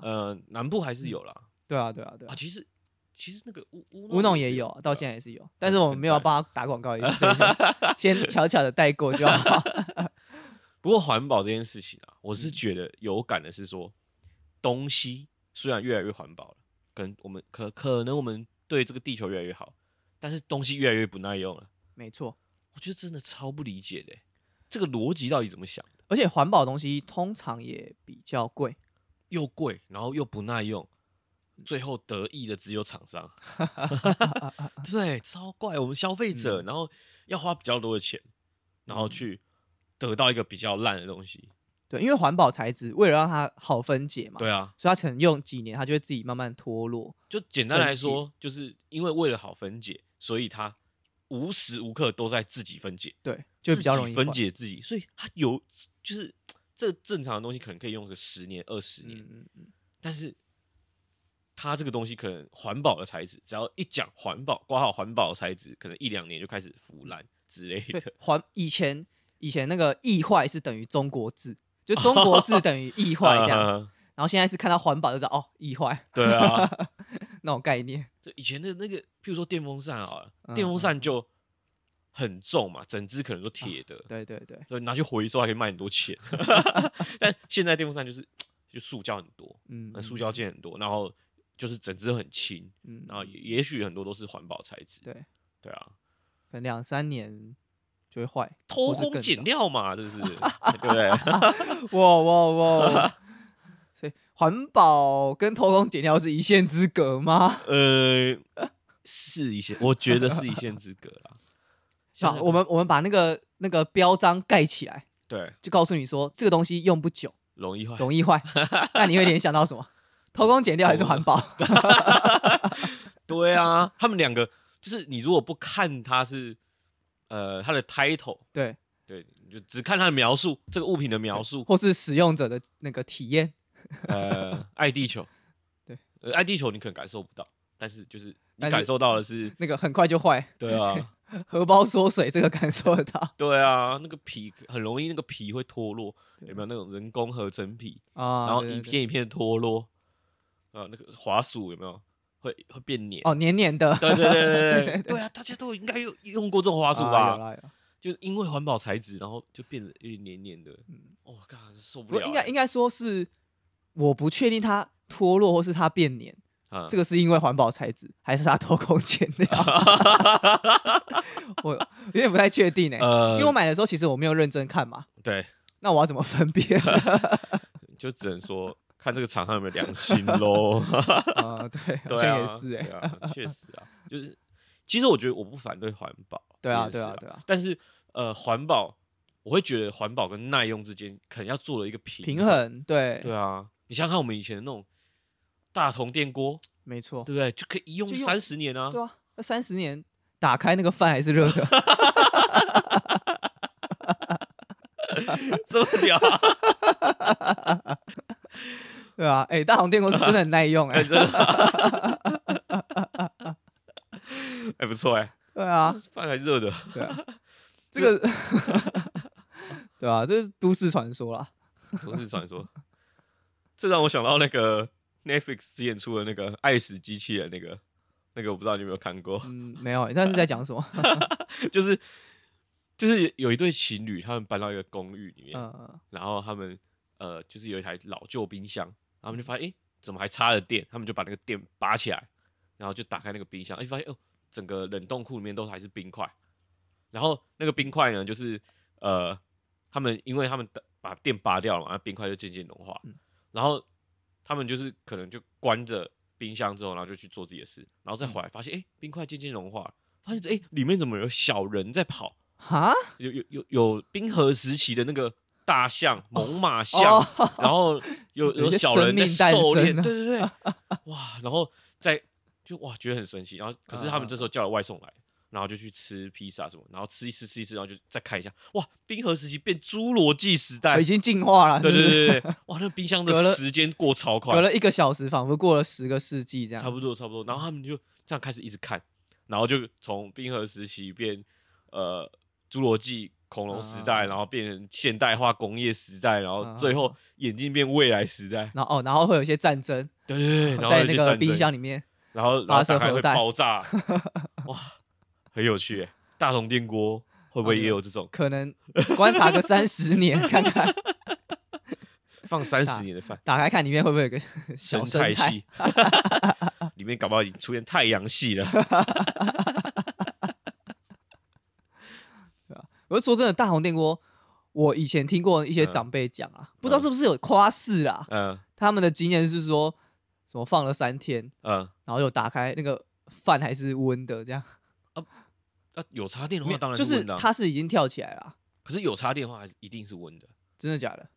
B: 呃，南部还是有啦
A: 对啊，对啊，对啊
B: 啊，。其实其实那个乌乌
A: 乌弄也有，啊到现在也是有，但是我们没有帮他打广告的意思， 所以就先悄悄的带过就好。
B: 在，不过环保这件事情啊，我
A: 嗯
B: 是觉得有感的是说，东西虽然越来越环保了，可能我们可可能我们对这个地球越来越好，但是东西越来越不耐用了。
A: 没错，
B: 我觉得真的超不理解的欸，这个逻辑到底怎么想的？
A: 而且环保的东西通常也比较贵，
B: 又贵，然后又不耐用，最后得益的只有厂 商。对，超怪，我们消费者，然后要花比较多的钱，然后去得到一个比较烂的东西。
A: 对，因为环保材质为了让它好分解嘛，
B: 对啊，
A: 所以它可能用几年，它就会自己慢慢脱落。
B: 就简单
A: 分
B: 来
A: 解
B: 说，就是因为为了好分解，所以它无时无刻都在自己分解，
A: 对，就比较容易
B: 自己分
A: 坏。
B: 解自己，所以它有就是这正常的东西可能可以用个十年、二十年。
A: 嗯嗯嗯，
B: 但是它这个东西可能环保的材质，只要一讲环保，挂号环保的材质，可能一两年就开始腐烂之类
A: 对
B: 的。，
A: 环以前以前那个易坏是等于中国字，就中国字等于易坏这 样子。
B: 嗯
A: 然后现在是看到环保就知道哦，易坏
B: 对啊，
A: 那种概念。
B: 就以前的那个，譬如说电风扇好了，
A: 嗯
B: 电风扇就很重嘛，整只可能都铁的，
A: 对对对，
B: 所以拿去回收还可以卖很 多钱。但现在电风扇就是就塑胶很多，
A: 嗯，
B: 那
A: 嗯
B: 塑胶件很多，然后就是整只都很轻，
A: 嗯，
B: 然后也也许很多都是环保材质。
A: 对，
B: 对啊，
A: 可能两三年就会坏，
B: 偷
A: 或是
B: 工
A: 更
B: 减
A: 早。
B: 料嘛，这是 对不对？
A: 哇哇 哇！所以环保跟偷工减料是一线之隔吗？
B: 呃，是一线，我觉得是一线之隔 啦。像
A: 好，
B: 那
A: 我
B: 个
A: 们我们把那个那个标章盖起来，
B: 对
A: 就告诉你说这个东西用不久，
B: 容易坏，
A: 容易 坏。那你会联想到什么？偷工减料还是环保？
B: 哦对啊，他们两个就是你如果不看它是呃它的 title，
A: 对，
B: 对，你就只看它的描述，这个物品的描述，
A: 或是使用者的那个体验，
B: 呃，爱地球，
A: 对
B: 呃，爱地球你可能感受不到，但是就是你
A: 但是
B: 感受到的是，
A: 那个很快就坏，
B: 对啊，
A: 荷包缩水，这个感受得到
B: 对啊，那个皮很容易那个皮会脱落，有没有那种人工合成皮，
A: 啊。
B: 然后
A: 对对
B: 一
A: 对
B: 片一片脱落，呃，那个滑鼠有没有会会变黏？
A: 哦，黏黏的，
B: 对对 对对对对啊！大家都应该有用过这种滑鼠
A: 啊有
B: 吧？
A: 啦有啦
B: 就是因为环保材质，然后就变得有点黏黏的。
A: 嗯
B: 哦，干受不
A: 不
B: 了欸！
A: 应该应该说是我不确定它脱落或是它变黏，
B: 啊
A: 这个是因为环保材质，还是它偷工减料？ 我有点不太确定哎、
B: 呃
A: 因为我买的时候其实我没有认真看嘛，
B: 对，
A: 那我要怎么分辨？
B: 就只能说看这个厂商有没有良心喽。
A: 啊，对，好
B: 对啊，
A: 像也是哎、
B: 对啊，确实啊，就是其实我觉得我不反对环保这
A: 对啊
B: 件事，
A: 对啊，对啊，
B: 但是呃，环保我会觉得环保跟耐用之间可能要做了一个平
A: 平。衡，对，
B: 对啊，你想想看我们以前的那种大铜电锅，
A: 没错，
B: 对不对？就可以一用
A: 就用
B: 三十年啊。
A: 对啊，那三十年打开那个饭还是热的，
B: 这么屌啊，
A: 对啊，哎、大红电锅是真的很耐用哎、
B: 哎真的啊，哎不错哎，
A: 对啊，
B: 饭还热的。
A: 对 啊，这个对啊，这是都市传说啦。
B: 都市传说。这让我想到那个 Netflix 之前出的那个《爱死机器人》，那个那个我不知道你有没有看过，
A: 嗯，没有欸，那是在讲什么？
B: 就是就是有一对情侣，他们搬到一个公寓里面，
A: 嗯嗯
B: 然后他们呃就是有一台老旧冰箱，然后他们就发现诶怎么还插着电，他们就把那个电拔起来，然后就打开那个冰箱，哎、发现哦整个冷冻库里面都还是冰块，然后那个冰块呢就是呃他们因为他们的把电拔掉了嘛，那冰块就渐渐融化，
A: 嗯
B: 然后他们就是可能就关着冰箱之后，然后就去做自己的事，然后再回来发现哎、诶冰块渐渐融化了，发现哎、诶里面怎么有小人在跑。
A: 哈，
B: 有有有有冰河时期的那个大象、猛犸象，
A: 哦
B: 然后有
A: 有
B: 有
A: 些
B: 小
A: 生
B: 人在
A: 命诞
B: 狩猎，
A: 生了
B: 对 对对，哇，然后再就哇觉得很神奇，然后可是他
A: 嗯
B: 们这时候叫了外送来，然后就去吃披萨什么，然后吃一吃吃一吃，然后就再看一下，哇，冰河时期变侏罗纪时代
A: 已，经进化了，
B: 哎对
A: 是
B: 对
A: 不是
B: 对 对，对哇，那冰箱
A: 隔
B: 的
A: 了
B: 时间过超快
A: 隔，了一个小时，仿佛过了十个世纪这样。
B: 差不多差不多，然后他们就这样开始一直看，然后就从冰河时期变呃侏罗纪恐龙时代，
A: 啊
B: 然后变成现代化工业时代，然后最后眼镜变未来时代，
A: 然后哦，然后会有一些战争，呃
B: 对对对，然后
A: 在
B: 有
A: 那
B: 些
A: 个
B: 战
A: 冰
B: 争
A: 箱，里面，
B: 然后然
A: 发
B: 后
A: 射
B: 打开
A: 核
B: 会
A: 弹
B: 爆 炸，哇，很有趣耶，大同电锅会不会也有这种
A: 可能观察个三十年， 看看
B: 放三
A: 大
B: 十年的饭？
A: 打开看里面会不会有个 小
B: 生
A: 生
B: 态
A: 态
B: 系， 里面搞不好已经出现太阳系了。
A: 我是说真的，大红电锅，我以前听过一些
B: 嗯
A: 长辈讲啊，不知道是不是有夸饰啦，
B: 嗯
A: 他们的经验是说，什么放了三天，
B: 嗯，
A: 然后又打开那个饭还是温的这样，
B: 那啊有插电的
A: 没
B: 话
A: 有
B: 当然
A: 就是是
B: 温的啊，
A: 它是已经跳起来了啊，
B: 可是有插电的话还是一定是温的。
A: 真的假的？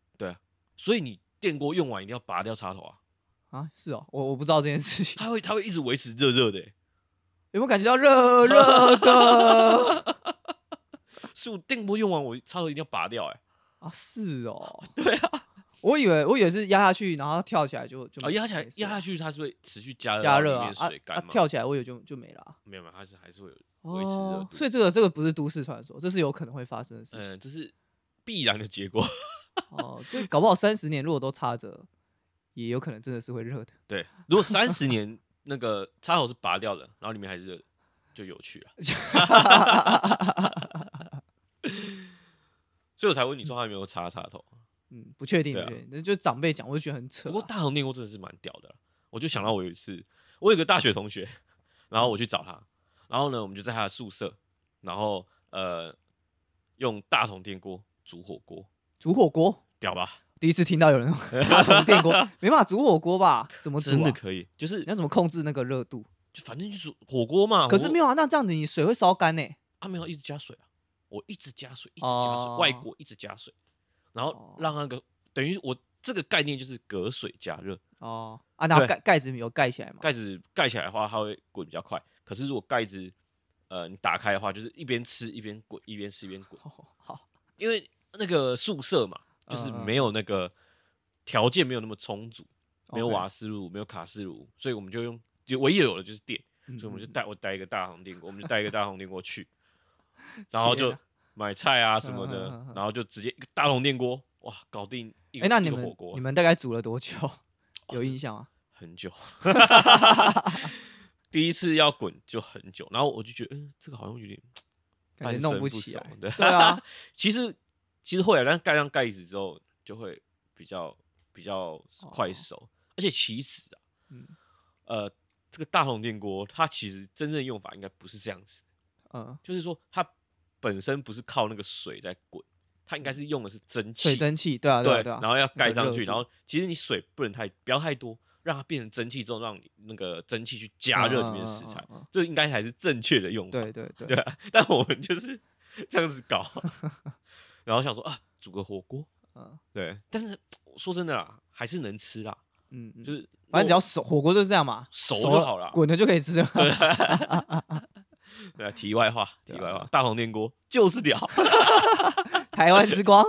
B: 所以你电锅用完一定要拔掉插头啊，
A: 啊，是哦，我我不知道这件事情，
B: 它会它会一直维持热热的欸、
A: 有没有感觉到热热的
B: 所以我电锅用完我插头一定要拔掉、欸，
A: 啊？是 哦，对啊，我以为我以为是压下去，然后它跳起来就就
B: 哎，啊压起来
A: 没事
B: 压
A: 了
B: 下去它是会持续加热
A: 加
B: 到里
A: 热啊
B: 面
A: 啊
B: 水
A: 啊
B: 干嘛？
A: 跳起来，我以为就就没了啊、
B: 没有没有，它是还是会有，维持热
A: 哦，
B: 度
A: 所以这个这个不是都市传说，这是有可能会发生的事情。
B: 嗯，这是必然的 结果，呃
A: 哦，所以搞不好三十年如果都插着，也有可能真的是会热的。
B: 对。如果三十年那个插头是拔掉的，然后里面还是热的，就有 趣了。所以我才问你说它有没有插插头。
A: 嗯，不确定，
B: 对
A: 不
B: 啊
A: 确定，那就长辈讲，我就觉得很扯
B: 不
A: 啊。
B: 过大同电锅真的是蛮屌的啦，我就想到我有一次我有一个大学同学， 然后我去找他，然后呢，我们就在他的宿舍，然后呃，用大同电锅煮火锅，
A: 煮火锅，
B: 屌吧？
A: 第一次听到有人 用大同电锅，没办法煮火锅吧？怎么煮、啊？
B: 真的可以，就是
A: 你要怎么控制那个热度？
B: 就反正就煮火锅嘛。
A: 可是没
B: 有
A: 有啊，那这样子你水会烧干呢。
B: 啊，没有一直加水啊，我一直加水，一直加水，外
A: 哦
B: 国一直加水，然后
A: 哦
B: 让那个等于我这个概念就是隔水加热，
A: 哦，啊，那
B: 对
A: 盖盖子有盖起来吗？
B: 盖子盖起来的话，它会滚比较快。可是如果盖子，呃，你打开的话，就是一边吃一边滚，一边吃一边滚，
A: 哦好，
B: 因为那个宿舍嘛，就是
A: 嗯嗯
B: 没有那个条件没有那么充足，没有
A: OK
B: 瓦斯炉，没有卡式炉，所以我们就用就唯一有的就是电，
A: 嗯
B: 所以我们就
A: 嗯
B: 带我带一个大红电锅，我们就带一个大红电 锅去，然后
A: 天
B: 就
A: 啊
B: 买菜啊什么的
A: 嗯嗯嗯，嗯
B: 然后就直接一个大红电锅，哇，搞定一个
A: 哎，那
B: 一
A: 你
B: 个火
A: 们
B: 锅哦
A: 你，们大概煮了多久？有印象吗？
B: 很久， 第一次要滚就很久，然后我就觉得，嗯，这个好像有点
A: 感觉
B: 半
A: 弄
B: 生
A: 不
B: 不
A: 起来
B: 熟。的
A: 对 啊，
B: 其实其实会啊，但盖上盖子之后就会比较比较快
A: 哦
B: 熟，而且其实啊，
A: 嗯
B: 呃，这个大红电锅它其实真正用法应该不是这样子，
A: 嗯，
B: 就是说它本身不是靠那个水在滚，它应该是用的是蒸
A: 水
B: 汽，
A: 蒸气，对啊，
B: 对
A: 啊，对啊。
B: 然后要
A: 那
B: 盖
A: 个
B: 上
A: 热
B: 去，然
A: 度
B: 后其实你水不能太不要太多，让它变成蒸汽之后，让你那个蒸汽去加热里面的食材，
A: 嗯嗯嗯嗯嗯嗯
B: 这应该才是正确的用法。
A: 对对对
B: 对，啊， 但我们就是 这样子 搞，然后想说啊，煮个火锅，
A: 嗯
B: 对，但是说真的啦，还是能吃啦，
A: 嗯，嗯
B: 就是
A: 反正只要
B: 我
A: 熟火锅就是这样嘛，
B: 熟
A: 熟
B: 就好了
A: 滚了就可以吃了。
B: 对啊，题外话，题
A: 对啊
B: 外话，大同电锅就是屌，
A: 台湾之光，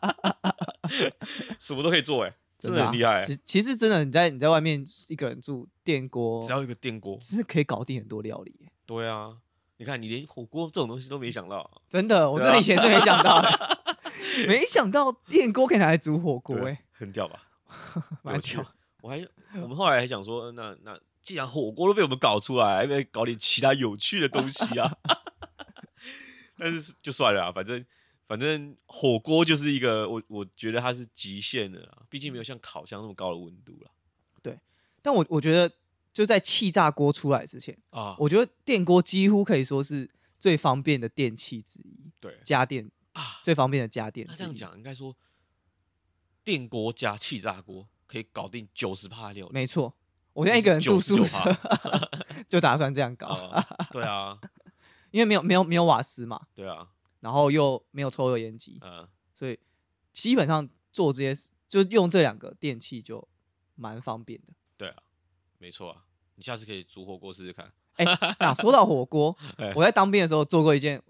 B: 什么都可以做，哎， 真的
A: 啊
B: 很厉害欸，
A: 其其实真的，你在你在外面一个人住电锅，
B: 只要有一个电锅，
A: 真的可以搞定很多料理耶。
B: 对啊，你看你连火锅这种东西都没想到啊，
A: 真的，我真的以前是没想到的， 没想到电锅可以拿来煮火锅，
B: 对啊
A: 哎，
B: 很屌吧？
A: 蛮
B: 有趣
A: 屌。
B: 我还我们后来还想说，那那既然火锅都被我们搞出来，还不要搞点其他有趣的东西啊？ 但是就算了啊，反正反正火锅就是一个我我觉得它是极限的啦，毕竟没有像烤箱那么高的温度了
A: 但我我觉得就在气炸锅出来之前，
B: 啊。
A: 我觉得电锅几乎可以说是最方便的电器之一，
B: 对
A: 家电
B: 啊，
A: 最方便的家电。
B: 那这样，讲应该说，电锅加气炸锅可以搞定九十帕料理。
A: 没错。我现在一个人住宿舍，就打算这样搞，
B: 啊，对啊，
A: 因为没有没有没有瓦斯嘛，
B: 对啊，
A: 然后又没有抽油烟机，
B: 嗯，
A: 所以基本上做这些事就用这两个电器就蛮方便 的。
B: 对啊，没错啊，你下次可以煮火锅试试看。
A: 哎、那说到火锅
B: 哎，
A: 我在当兵的时候做过一件，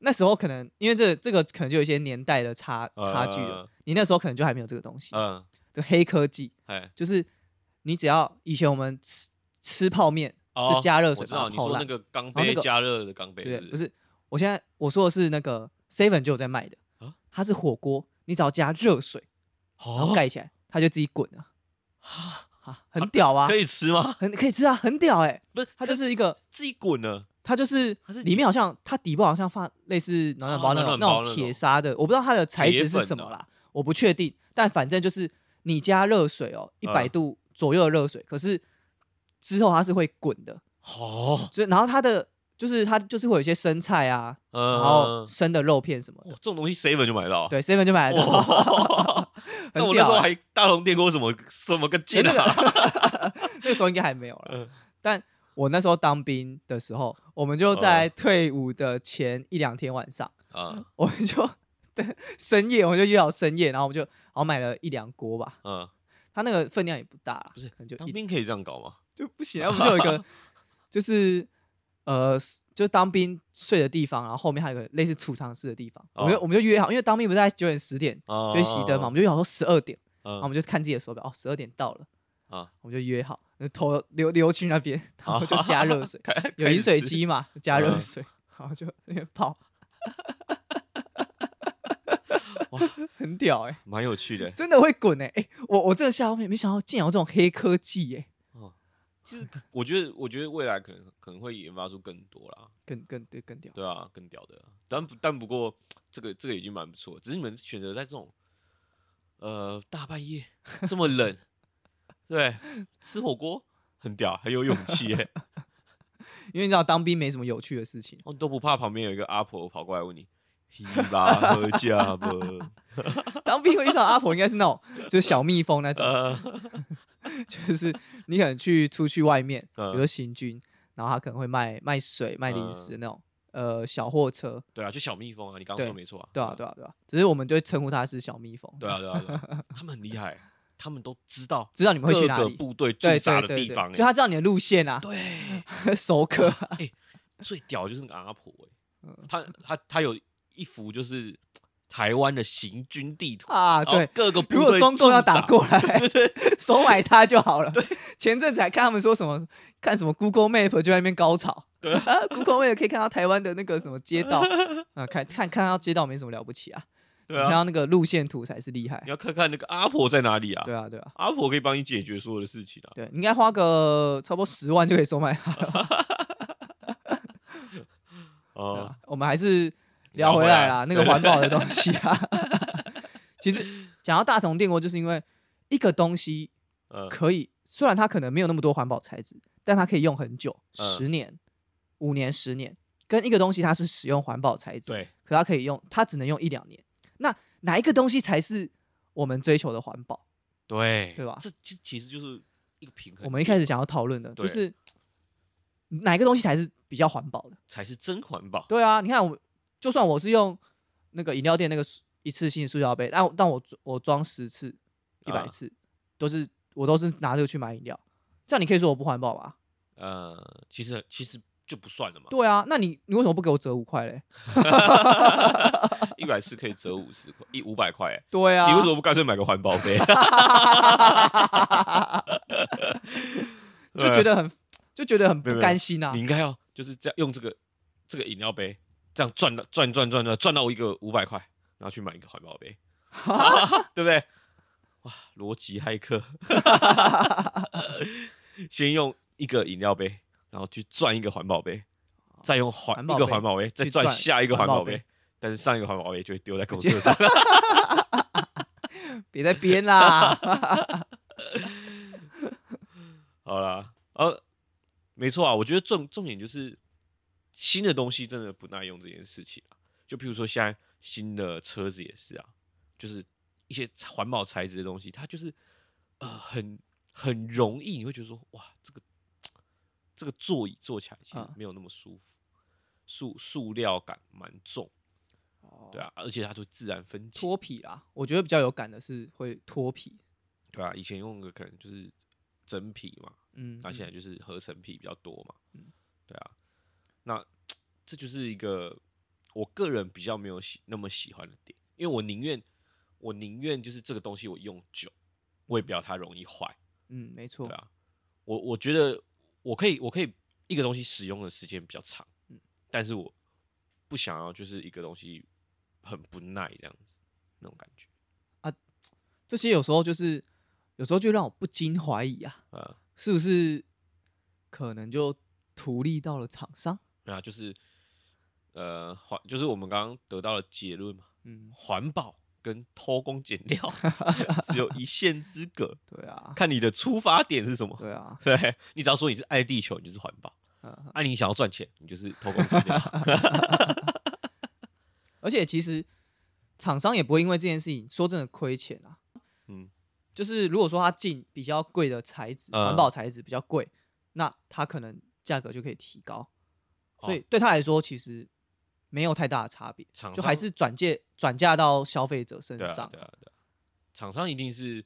A: 那时候可能因为这这个可能就有一些年代的差差距了，
B: 嗯
A: 你那时候可能就还没有这个东西。
B: 嗯，
A: 这黑科技
B: 哎，
A: 就是你只要以前我们吃吃泡面
B: 哦
A: 是加热
B: 我
A: 水
B: 知
A: 把
B: 道
A: 它
B: 你
A: 泡
B: 说那
A: 烂，
B: 个钢
A: 后那
B: 杯
A: 个
B: 加热的钢杯，
A: 对，
B: 不
A: 不是。我现在我说的是那个 Seven 就有在卖的
B: 啊，
A: 它是火锅，你只要加热水，然后
B: 哦，
A: 盖起来，它就自己滚了。啊，很屌啊
B: 可！以吃吗？
A: 很可以吃啊，很屌哎、
B: 不是，
A: 它就
B: 可
A: 是一个，
B: 自己滚了
A: 它就是
B: 它是
A: 里面好像它底部好像放类似暖暖包
B: 哦
A: 那种、那
B: 暖暖包那
A: 种
B: 种
A: 铁砂的，我不知道它的材质
B: 铁粉
A: 是
B: 的
A: 什么啦，我不确定。但反正就是你加热水哦，一百
B: 嗯
A: 度左右的热水，可是之后它是会滚的，
B: 哦，
A: 所以然后它的就是它就是会有一些生菜啊，
B: 嗯，
A: 然后生的肉片什么
B: 哇
A: 的。
B: 这种东西 seven 就买到，
A: 对，seven 就买得到，
B: 哇，那
A: 很
B: 我那时
A: 屌哎
B: 候
A: 欸、
B: 还大龙电锅什么什么个劲啊，
A: 那个时候 应该还没有了。
B: 嗯
A: 但我那时候当兵的时候，我们就在
B: 哦
A: 退伍的前一两天晚上，
B: 嗯
A: 我们就深夜，我们就约好深夜，然后我们就好像买了一两锅吧，
B: 嗯，
A: 它那个分量也不大啦，
B: 不是
A: 可能就
B: 当
A: 一
B: 兵可以这样搞吗？
A: 就不行啊。我们就有一个就是呃，就当兵睡的地方，然后后面还有一个类似储藏室的地方，我们就
B: 哦
A: 我们就约好，因为当兵不是在九点十点
B: 哦
A: 就会熄灯嘛，我们就约好说十二点，
B: 嗯
A: 然后我们就看自己的手表，哦，十二点到了。
B: 啊，，
A: 我们就约好，就偷溜溜去那边，然后就加热水
B: 啊 开
A: 有饮水，
B: 开始
A: 机嘛，就加热
B: 嗯
A: 水，然后就那边泡，
B: 哇
A: 很屌哎、
B: 吃蛮有趣的，
A: 真的会滚哎、欸我我这个下面没想到竟然有这种黑科技哎、
B: 哦，就是我觉得我觉得未来可能可能会研发出更多啦，
A: 更更对更屌，
B: 对啊，更屌的啊。但不但不过，这个这个已经蛮不错。只是你们选择在这种呃大半夜这么冷，对，吃火锅很屌，很有勇气哎、
A: 因为你知道当兵没什么有趣的事情。
B: 哦，你都不怕旁边有一个阿婆跑过来问你，希拉喝价不？
A: 当兵会遇到阿婆，应该是那种就是小蜜蜂那种，
B: 呃，
A: 就是你可能去出去外面，比
B: 嗯
A: 如说行军，然后他可能会卖卖水、卖零食那种，呃，小货车，
B: 对啊，就小蜜蜂啊，你刚刚
A: 对
B: 说没错啊，
A: 对啊，对啊，对啊，只是我们就会称呼它是小蜜蜂，
B: 对啊，对啊，对 啊，他们很厉害，他们都知道
A: 知道你们会去
B: 各
A: 哪
B: 个
A: 里，
B: 部队驻
A: 对对
B: 扎的
A: 对
B: 地
A: 对，
B: 方欸，哦
A: 就他知道你的路线啊，
B: 对，
A: 熟客 啊，
B: 最屌就是那个阿婆哎
A: 嗯，
B: 他他他有一幅就是台湾的行军地图
A: 啊
B: 然后
A: 对，
B: 各个哦部
A: 如果
B: 队
A: 中共要
B: 驻扎
A: 打过来
B: 对对对，
A: 收买它就好了。前阵子还看他们说什么，看什么 Google Map 就在那边高潮。
B: 对
A: 啊，Google Map 可以看到台湾的那个什么街 道啊，看看看到街道没什么了不起啊，
B: 对
A: 你看
B: 啊，
A: 到那个路线图才是厉害
B: 你。要看看那个阿婆在哪里啊？
A: 对啊，对啊，
B: 阿婆可以帮你解决所有的事情啊。
A: 对，你应该花个差不多十万就可以收买它了。对
B: 哦
A: 啊，我们还是聊回来啦，那
B: 聊回来
A: 个环保的东西 啊。其实讲到大同电锅，就是因为一个东西
B: 嗯
A: 可以，虽然它可能没有那么多环保材质，但它可以用很久，
B: 嗯
A: 十年、五年、十年，跟一个东西它是使用环保材质，
B: 对，
A: 可它可以用，它只能用一两年。那哪一个东西才是我们追求的环保？
B: 对
A: 对吧
B: 这其其实就是一个平衡点。
A: 我们一开始想要讨论的就
B: 对
A: 是哪一个东西才是比较环保的？
B: 才是真环保。
A: 对啊，你看我们，就算我是用那个饮料店那个塑一次性塑料杯，但我但我装我装十次、一百
B: 啊
A: 次，都是我都是拿这个去买饮料，这样你可以说我不环保吧？
B: 呃，其实其实就不算了嘛，
A: 对啊，那你你为什么不给我折五块嘞？
B: 一百次可以折五十块，一五百块欸。
A: 啊对啊，
B: 你为 什么不干脆买个环保杯？
A: 就觉得很就觉得很不甘心啊
B: 你？应该要就是这样用这个这个饮料杯，这样赚到赚赚赚赚赚到一个五百块，然后去买一个环保 杯，对不对？哇，逻辑骇客， 先用一个饮料杯，然后去赚一个环保杯，再用环
A: 哦环
B: 一
A: 保
B: 个
A: 杯
B: 环保杯，再
A: 去
B: 赚
A: 赚
B: 下一个
A: 环
B: 环
A: 保
B: 保
A: 杯
B: 杯，但是上一个环保杯就会丢在公
A: 见
B: 厕上。
A: 别再编啦！
B: 好啦，呃，没错啊，我觉得重重点就是新的东西真的不耐用这件事情啊。就譬如说现在新的车子也是啊，就是一些环保材质的东西，它就是呃很很容易，你会觉得说哇，这个这个座椅坐起来其实
A: 嗯
B: 没有那么舒服，塑塑料感蛮重， 对
A: 啊，
B: 啊，而且它就自然分解，
A: 脱皮啦，我觉得比较有感的是会脱皮，
B: 对啊，以前用的可能就是真皮嘛，
A: 嗯，
B: 那
A: 嗯
B: 现在就是合成皮比较多嘛，
A: 嗯
B: 对啊，那这就是一个我个人比较没有喜那么喜欢的点，因为我宁愿我宁愿就是这个东西我用久，我也不要它容易坏，
A: 嗯，没错
B: 对，啊，我我觉得我可以我可以一个东西使用的时间比较长，
A: 嗯
B: 但是我不想要就是一个东西很不耐这样子那种感觉，
A: 这些有时候就是有时候就让我不禁怀疑啊，
B: 啊，
A: 是不是可能就图利到了厂商？
B: 对啊，就是呃环就是我们刚刚得到的结论嘛。
A: 嗯，
B: 环保跟偷工减料只有一线之隔，
A: 对啊，
B: 看你的出发点是什么。
A: 对啊，
B: 对你只要说你是爱地球，你就是环保；啊
A: 嗯，
B: 爱、你想要赚钱，你就是偷工减 料。
A: 而且其实厂商也不会因为这件事情说真的亏钱啊。
B: 嗯，
A: 就是如果说它进比较贵的材质，环
B: 嗯
A: 保材质比较贵，那它可能价格就可以提高，所以
B: 哦
A: 对他来说其实没有太大的差别，
B: 厂
A: 就还
B: 商
A: 是转借转嫁到消费者身
B: 对啊，
A: 上
B: 对。啊，对啊。厂商一定是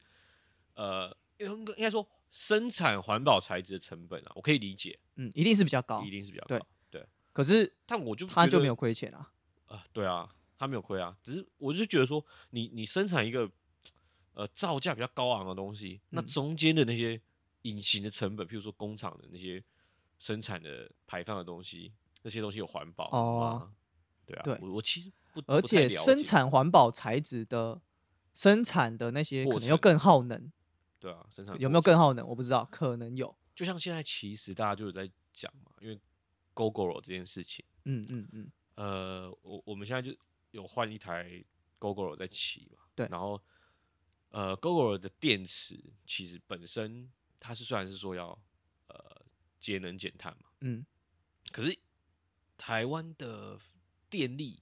B: 呃，应该应该说生产环保材质的成本啊，我可以理解，
A: 嗯，一定是比较高
B: 一，定是比较
A: 对
B: 高。对，
A: 可是
B: 但我就
A: 他
B: 觉
A: 就
B: 得
A: 没有亏钱啊。
B: 啊、对啊，他没有亏啊，只是我就觉得说你，你生产一个呃造价比较高昂的东西，那
A: 嗯
B: 中间的那些隐形的成本，譬如说工厂的那些生产的排放的东西，那些东西有环保
A: 哦
B: 吗？对啊，
A: 对
B: 我我其实不，
A: 而
B: 不太
A: 且
B: 了
A: 生
B: 解
A: 产环保材质的生产的那些
B: 过
A: 可能又
B: 程
A: 更耗能，
B: 对啊，生产
A: 有
B: 过
A: 没有
B: 程
A: 更耗能？我不知道，可能有。
B: 就像现在其实大家就有在讲嘛，因为 GoGo 这件事情，
A: 嗯嗯嗯，
B: 呃，我我们现在就有换一台 GoGo 在骑嘛，
A: 对
B: 然后呃 GoGo 的电池其实本身它是虽然是说要呃节能减碳嘛。
A: 嗯，
B: 可是台湾的电力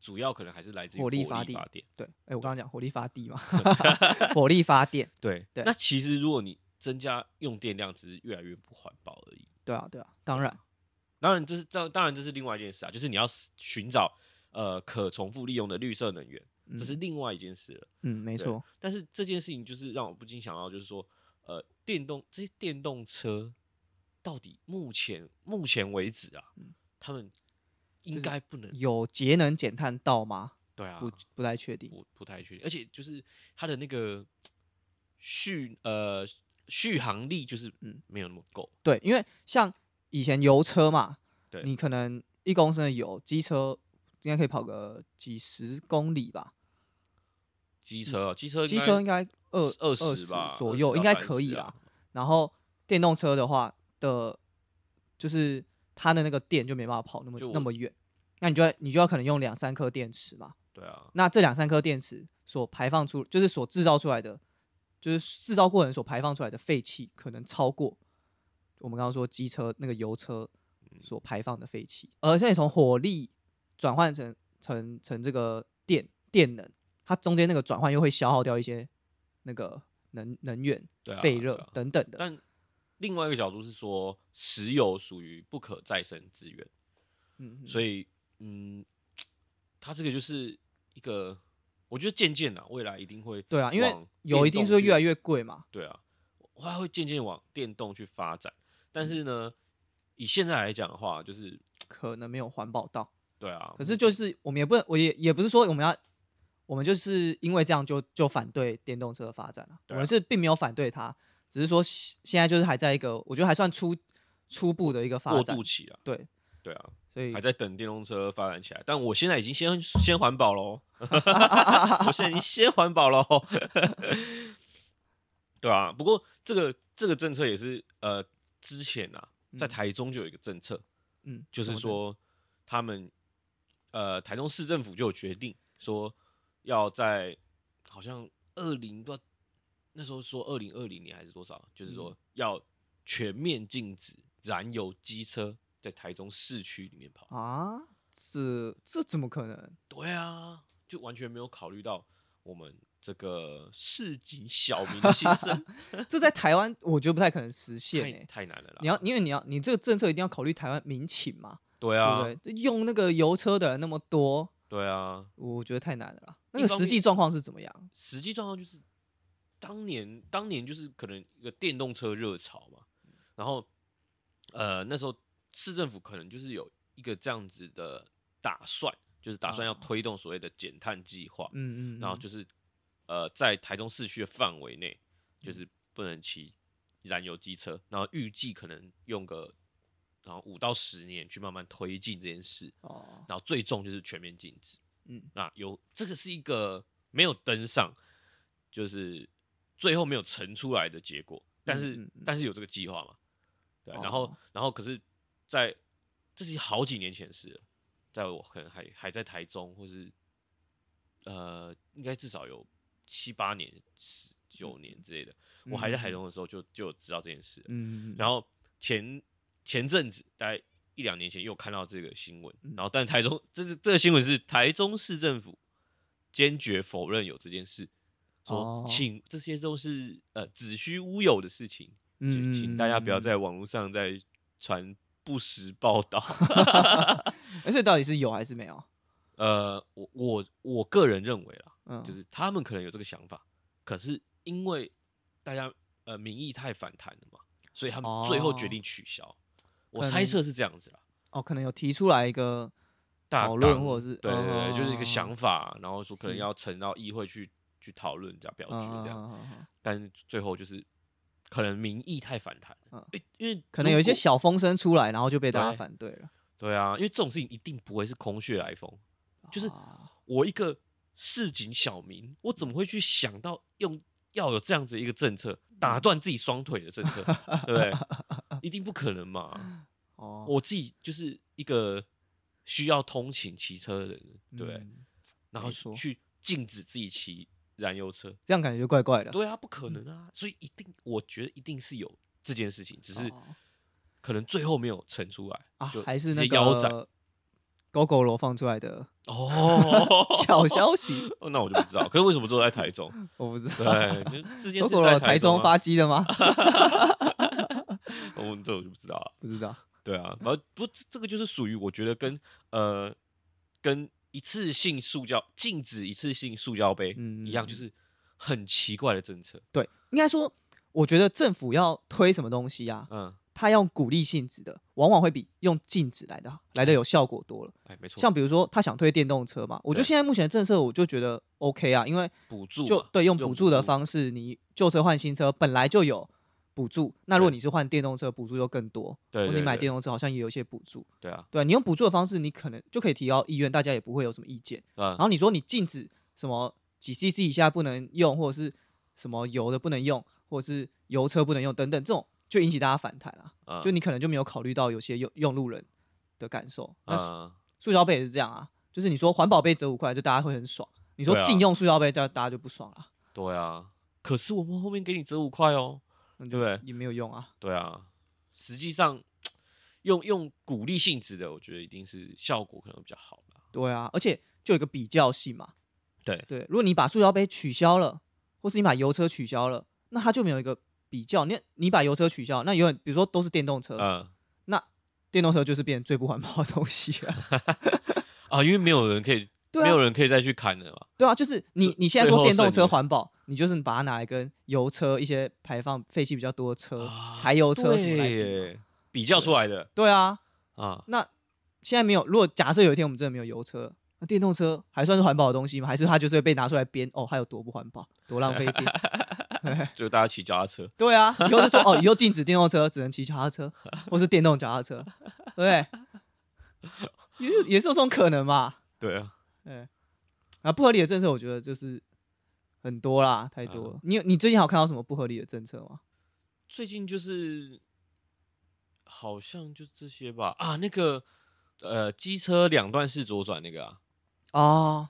B: 主要可能还是来自于
A: 火力
B: 发
A: 发
B: 电
A: 电。对，哎、我刚刚讲火力发地嘛， 火力发电，
B: 对，
A: 对
B: 那其实如果你增加用电量，只是越来越不环保而已。
A: 对啊，对啊，当然，
B: 当然，这是当当然这是另外一件事啊，就是你要寻找呃可重复利用的绿色能源，
A: 嗯
B: 这是另外一件事了。
A: 嗯，没
B: 对
A: 错，
B: 但是这件事情就是让我不禁想到，就是说，呃，电动这些电动车到底目前目前为止啊，
A: 嗯
B: 他们应该不能、
A: 有节能减碳到吗？
B: 对啊，
A: 不不太确定。
B: 不不太确定，而且就是它的那个续呃续航力就是
A: 嗯
B: 没有那么够，
A: 对，因为像以前油车嘛，
B: 对
A: 你可能一公升的油，机车应该可以跑个几十公里吧，
B: 机车啊，机车
A: 嗯机车应该二
B: 二
A: 十
B: 吧
A: 左
B: 20
A: 右，
B: 到
A: 应该
B: 30
A: 可以
B: 啊
A: 啦。然后电动车的话的，就是它的那个电就没办法跑那么
B: 就
A: 那
B: 我
A: 么远，那你就要你就要可能用两三颗电池嘛。
B: 对啊，
A: 那这两三颗电池所排放出，就是所制造出来的，就是制造过程所排放出来的废气，可能超过我们刚刚说机车那个油车所排放的废气。而且你从火力转换成呃成成这个电电能，它中间那个转换又会消耗掉一些那个能能源
B: 对啊
A: 废
B: 对
A: 热
B: 啊
A: 等等的。
B: 但另外一个角度是说，石油属于不可再生资源，
A: 嗯，嗯
B: 所以嗯，它这个就是一个，我觉得渐渐啊，未来一定会
A: 对啊，因为
B: 往
A: 油
B: 电
A: 一定
B: 动
A: 是会
B: 去
A: 越来越贵嘛。
B: 对啊，它会渐渐往电动去发展，但
A: 嗯
B: 是呢，以现在来讲的话，就是
A: 可能没有环保到，
B: 对啊，
A: 可是就是我们也不能，我也也不是说我们要，我们就是因为这样就就反对电动车的发展了、
B: 对啊
A: 我们是并没有反对它，只是说现现在就是还在一个我觉得还算初初步的一个发
B: 过
A: 展
B: 渡，期啊，
A: 对，
B: 对啊，
A: 所以
B: 还在等电动车发展起来，但我现在已经先先环 保喽，我现在已经先环保喽， 对啊，不过这个这个政策也是呃，之前啊，在
A: 嗯
B: 台中就有一个政策，
A: 嗯，
B: 就
A: 怎么的，
B: 是说他们呃台中市政府就有决定说要在好像二零不知道那时候说二零二零年还是多少，就是
A: 嗯
B: 说要全面禁止燃油机车在台中市区里面跑。
A: 啊，这这怎么可能？
B: 对啊，就完全没有考虑到我们这个市井小民的心 声，
A: 这在台湾我觉得不太可能实现、
B: 太
A: 欸
B: 太难了啦。
A: 你要，因为你要，你这个政策一定要考虑台湾民情嘛，
B: 对
A: 对
B: 啊，
A: 不对？用那个油车的人那么多，
B: 对啊，
A: 我觉得太难了啦。那
B: 一
A: 个
B: 方
A: 实
B: 面
A: 际状况是怎么样？
B: 实际状况就是，当年当年就是可能一个电动车热潮嘛，然后呃那时候市政府可能就是有一个这样子的打算，就是打算要
A: 啊
B: 推动所谓的减碳计划，
A: 嗯嗯，
B: 然后
A: 嗯
B: 就是呃在台中市区的范围内，就是不能骑燃油机车，然后预计可能用个然后五到十年去慢慢推进这件事，
A: 哦，
B: 然后最终就是全面禁止。
A: 嗯
B: 那有这个是一个没有登上，就是最后没有呈出来的结果，但是、
A: 嗯嗯
B: 但是有这个计划嘛？对啊、然后
A: 哦
B: 然后可是在这是好几年前的事了，在我可能还还在台中，或是呃，应该至少有七八年、十九年之类的，我还在台中的时候就就有知道这件事了，
A: 嗯，
B: 然后前前阵子大概一两年前又看到这个新闻，然后
A: 嗯
B: 但台中这是这个新闻是台中市政府坚决否认有这件事，说
A: 哦
B: 请这些都是呃子虚乌有的事情，
A: 嗯
B: 请请大家不要在网络上再传不实报道。
A: 而且到底是有还是没有？
B: 呃，我我我个人认为啦，
A: 嗯，
B: 就是他们可能有这个想法，可是因为大家呃民意太反弹了嘛，所以他们最后决
A: 哦
B: 定取消。我
A: 可
B: 猜
A: 能
B: 测是这样子啦，
A: 哦，可能有提出来一个
B: 大
A: 讨论
B: 纲
A: 或者是哦
B: 对对对，就是一个想
A: 法
B: 法，然后说可能
A: 是嗯
B: 要呈到议会去去讨论这样表决这样，
A: 样，
B: 但是最后就是可能民意太反弹了，
A: 嗯
B: 因为因为
A: 可
B: 如
A: 能有一些
B: 果
A: 小风声出来，然后就被大家
B: 对
A: 反对了。
B: 对啊，因为这种事情一定不会是空穴来风，就是
A: 啊
B: 我一个市井小民，我怎么会去想到用要有这样子一个政策打断自己双腿的政策，对不对？一定不可能嘛！
A: 哦，
B: 我自己就是一个需要通勤骑车的人，对不对，
A: 嗯
B: 然后
A: 没错
B: 去禁止自己骑燃油车，
A: 这样感觉就怪怪的。嗯
B: 对啊，不可能啊！所以一定，我觉得一定是有这件事情，只是
A: 哦
B: 可能最后没有呈出来
A: 啊
B: 就，
A: 还
B: 直
A: 是那
B: 接腰斩
A: 个 GoGo 罗放出来 的。
B: 哦
A: 小消息，
B: 哦那我就不知道，可是为什么都在台中？
A: 我不知道。
B: 对，就这件事
A: GoGo
B: 在
A: 罗台
B: 中
A: 中
B: 啊
A: 发，机的 吗？
B: 我这我就不知道了。
A: 不知道。
B: 对啊，然后不，这这个就是属于我觉得跟呃跟一次性塑胶禁止一次性塑胶杯一样，
A: 嗯
B: 就是很奇怪的政策。
A: 对，应该说，我觉得政府要推什么东西啊，
B: 嗯，
A: 它用鼓励性质的，往往会比用禁止来的来的有效果多了。
B: 哎，没错，
A: 像比如说，他想推电动车嘛，我觉得
B: 对
A: 现在目前的政策，我就觉得 OK 啊，因为
B: 补助
A: 就
B: 嘛
A: 对用补助的方式，你旧车换新车本来就有补助，那如果你是换电动车，补助就更多。
B: 对
A: 或者
B: 对
A: 你买
B: 对
A: 电动车好像也有一些补助，
B: 对啊，
A: 对啊，你用补助的方式，你可能就可以提高意愿，大家也不会有什么意见。
B: 啊
A: 然，后你说你禁止什么几 CC 以下不能用，或者是什么油的不能用，或者是油车不能用等等，这种就引起大家反弹啊。
B: 嗯
A: 就你可能就没有考虑到有些用用路人的感受。那塑
B: 嗯
A: 塑胶杯也是这样啊，就是你说环保杯折五块，就大家会很爽；你说
B: 对啊
A: 禁用塑胶杯，大大家就不爽了，
B: 对啊，可是我们后面给你折五块哦。
A: 那
B: 对不对
A: 就也没有用啊。
B: 对啊，实际上用用鼓励性质的，我觉得一定是效果可能比较好啦。
A: 对啊，而且就有一个比较性嘛。
B: 对
A: 对，如果你把塑胶杯取消了，或是你把油车取消了，那它就没有一个比较。你你把油车取消，那永远比如说都是电动车，
B: 嗯
A: 那电动车就是变成最不环保的东西啊。
B: 啊，因为没有人可以，
A: 对啊
B: 没有人可以再去砍了嘛。
A: 对啊，就是你你现在
B: 最
A: 说
B: 后
A: 电动
B: 剩
A: 车
B: 你
A: 环保，你就是把它拿来跟油车一些排放废气比较多的车、
B: 啊
A: 呃柴油车什么来比
B: 对
A: 嘛。
B: 耶比较出来的
A: 对啊，
B: 啊，
A: 那现在没有，如果假设有一天我们真的没有油车，那电动车还算是环保的东西吗？还是它就是会被拿出来编哦，它有多不环保，多浪费 电？
B: 就大家骑脚踏车。
A: 对啊，以后就说哦，以后禁止电动车，只能骑脚踏车或是电动脚踏车，对不对？ 也是也是有这种可能嘛。
B: 对啊，
A: 对，啊，不合理的政策我觉得就是很多啦，太多了。你有你最近还有看到什么不合理的政策吗？
B: 最近就是好像就这些吧啊，那个呃，机车两段式左转那个啊，
A: 哦，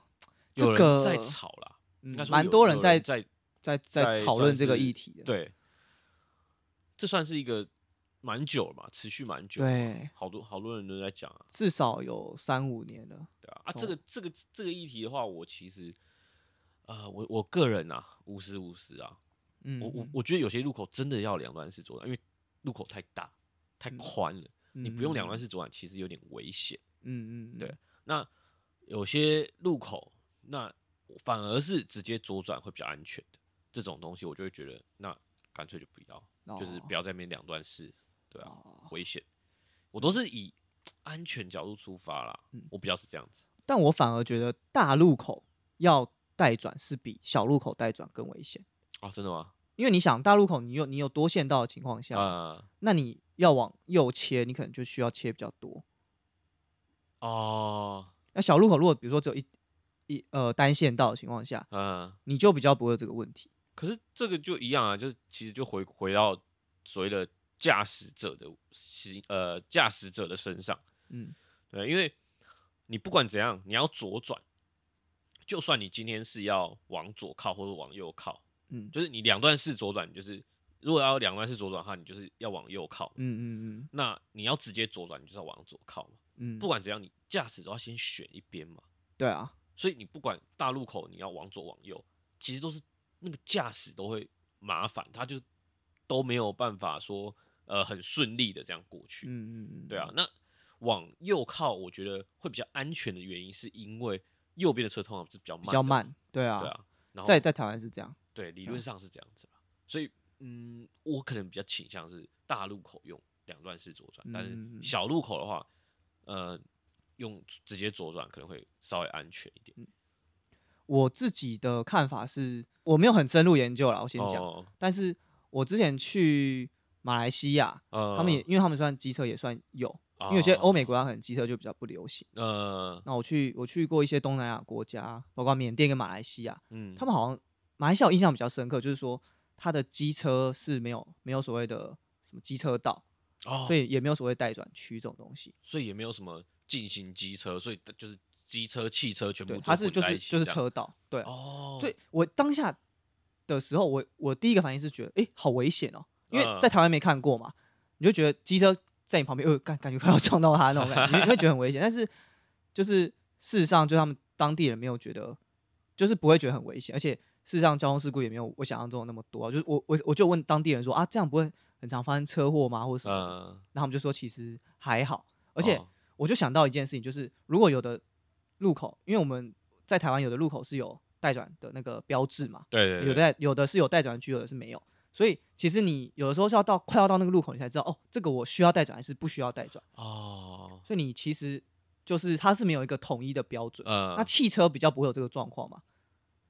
A: 这
B: 有人
A: 个
B: 在吵啦，应该
A: 嗯
B: 说
A: 蛮
B: 有
A: 多
B: 有
A: 人
B: 人
A: 在
B: 在
A: 在在
B: 在
A: 讨
B: 算
A: 论这个
B: 是
A: 议题的。
B: 对，这算是一个蛮久了嘛，持续蛮久，，
A: 对，
B: 好多好多人都在讲啊，
A: 至少有三五年了。
B: 对啊，啊，这个这个这个议题的话，我其实呃，我我个人啊，五十五十啊，
A: 嗯，
B: 我我我觉得有些路口真的要两段式左转，因为路口太大太
A: 嗯
B: 宽了，你不用两段
A: 式，
B: 式左转其实有点危险。
A: 嗯嗯，嗯
B: 对那有些路口，那反而是直接左转会比较安全的。这种东西我就会觉得，那干脆就不要，就是不要在那边两段式，对啊，
A: 哦
B: 危险。我都是以安全角度出发啦，
A: 嗯
B: 我比较是这样子。
A: 但我反而觉得大路口要带转是比小路口带转更危险，
B: 哦，真的吗？
A: 因为你想大路口你有你有多线道的情况下，
B: 啊、
A: 那你要往右切，你可能就需要切比较多。
B: 哦，
A: 那小路口如果比如说只有一一呃单线道的情况下，
B: 嗯、
A: 你就比较不会有这个问题。
B: 可是这个就一样啊，就是其实就回回到所谓的驾驶者的行呃驾驶者的身上，
A: 嗯，
B: 对，因为你不管怎样，你要左转，就算你今天是要往左靠或者往右靠，
A: 嗯
B: 就是你两段式左转，你就是如果要两段式左转的话，你就是要往右靠。
A: 嗯嗯
B: 那你要直接左转，你就是要往左靠嘛。
A: 嗯嗯，
B: 不管怎样，你驾驶都要先选一边嘛。
A: 对啊，
B: 所以你不管大路口你要往左往右，其实都是那个驾驶都会麻烦，他就都没有办法说呃很顺利的这样过去。
A: 嗯嗯嗯，
B: 对啊，，那往右靠，我觉得会比较安全的原因，是因为右边的车通常是比较慢，
A: 比较，慢，对啊，嗯
B: 对啊，然后
A: 在在台湾是这样，
B: 对理论上是这样子啦，所以嗯，我可能比较倾向是大路口用两段式左转，但
A: 嗯嗯嗯
B: 是小路口的话，呃，用直接左转可能会稍微安全一点。
A: 嗯我自己的看法是，我没有很深入研究啦，我先讲。
B: 哦，
A: 但是我之前去马来西亚，
B: 呃
A: 他们也因为他们算机车也算有，因为有些欧美
B: 哦
A: 国家可能机车就比较不流行。
B: 呃
A: 那我去我去过一些东南亚国家，包括缅甸跟马来西亚，
B: 嗯，
A: 他们好像马来西亚我印象比较深刻，就是说它的机车是没有没有所谓的什么机车道，
B: 哦，
A: 所以也没有所谓待转区这种东西。
B: 所以也没有什么进行机车，所以就是机车、汽车全部
A: 对，
B: 都
A: 它是
B: 混
A: 就
B: 在
A: 是
B: 一起
A: 就是
B: 这样
A: 车道，对啊，
B: 哦，
A: 所以我当下的时候，我我第一个反应是觉得，诶，好危险哦，因为
B: 嗯
A: 在台湾没看过嘛，你就觉得机车在你旁边，呃，感感觉快要撞到他那种感觉，你你会觉得很危险。但是就是事实上，就他们当地人没有觉得，就是不会觉得很危险，而且事实上交通事故也没有我想象中的那么多、啊。就是我我我就问当地人说啊，这样不会很常发生车祸吗，或者什么的？
B: 嗯，
A: 然后他们就说其实还好，而且
B: 哦
A: 我就想到一件事情，就是如果有的路口，因为我们在台湾有的路口是有待转的那个标志嘛，
B: 对对对，
A: 有的有的是有待转区，有的是没有。所以其实你有的时候是要到快要到那个路口，你才知道哦，这个我需要待转还是不需要待转。
B: 哦，
A: 所以你其实就是它是没有一个统一的标准。
B: 嗯，
A: 那汽车比较不会有这个状况嘛？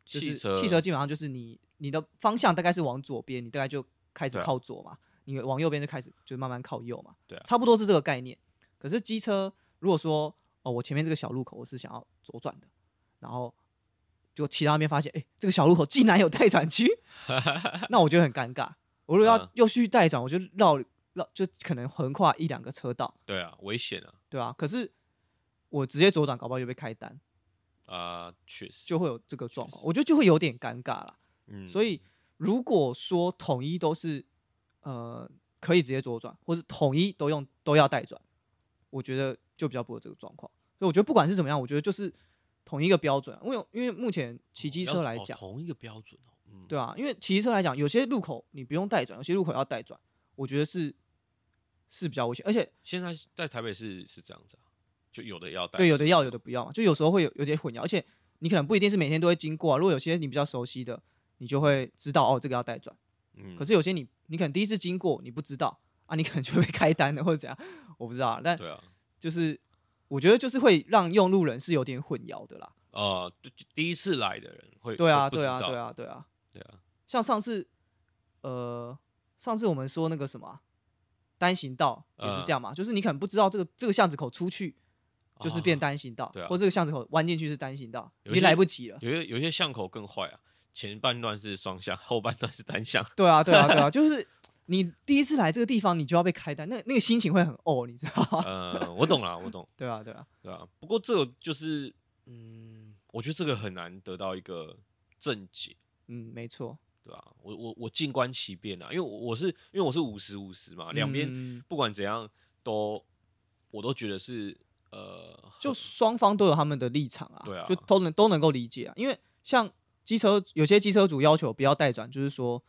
A: 就是
B: 汽车
A: 汽车基本上就是你你的方向大概是往左边，你大概就开始
B: 对啊
A: 靠左嘛；你往右边就开始就慢慢靠右嘛。
B: 对啊
A: 差不多是这个概念。可是机车如果说哦，我前面这个小路口我是想要左转的，然后就骑到那边发现，哎、这个小路口竟然有待转 区，那我就很尴尬。我如果要
B: 嗯
A: 又去待转，我就绕绕，就可能横跨一两个车道，
B: 对啊，危险啊，
A: 对吧、可是我直接左转，搞不好就被开单，
B: 啊，确实，
A: 就会有这个状况，
B: 确实
A: 我觉得就会有点尴尬啦。
B: 嗯，
A: 所以如果说统一都是呃可以直接左转，或是统一都用都要带转，我觉得就比较不会有这个状况。所以我觉得不管是怎么样，我觉得就是统一一个标准啊，因为因为目前骑机
B: 要
A: 车来
B: 哦
A: 讲，
B: 同一个标准哦，嗯，
A: 对啊，因为骑机车来讲，有些路口你不用带转，有些路口要带转，我觉得是是比较危险，而且
B: 现在在台北市是这样子啊，就有的要带，
A: 对，有的要，有的不要嘛，就有时候会有有点混淆，而且你可能不一定是每天都会经过、啊，如果有些你比较熟悉的，你就会知道哦，这个要带转。
B: 嗯，
A: 可是有些你你可能第一次经过，你不知道啊，你可能就会被开单的或者怎样，我不知道啊。但
B: 对啊，
A: 就是我觉得就是会让用路人是有点混淆的啦。
B: 哦，就就第一次来的人会，
A: 对啊，
B: 会不
A: 对啊，
B: 知道
A: 对，啊，对啊。
B: 对啊，
A: 像上次，呃，上次我们说那个什么啊、单行道也
B: 嗯
A: 是这样嘛，就是你可能不知道这个这个巷子口出去就是变
B: 啊
A: 单行道，
B: 对啊
A: 或这个巷子口弯进去是单行道，
B: 有
A: 已经
B: 些
A: 来不及了。
B: 有些有些巷口更坏啊，前半段是双向，后半段是单向。
A: 对啊，对啊，对啊，就是你第一次来这个地方，你就要被开单，那那个心情会很哦，你知道吗？
B: 呃，我懂啦，我懂，
A: 对啊，对啊，
B: 对吧、不过这个就是，嗯，我觉得这个很难得到一个正解，
A: 嗯，没错，
B: 对吧、我我我静观其变啊，因为我我是因为我是五十五十嘛，两边、
A: 嗯
B: 不管怎样都，我都觉得是呃，
A: 就双方都有他们的立场啊，
B: 对啊
A: 就都能都能够理解啊，因为像机车有些机车主要求不要带转，就是说，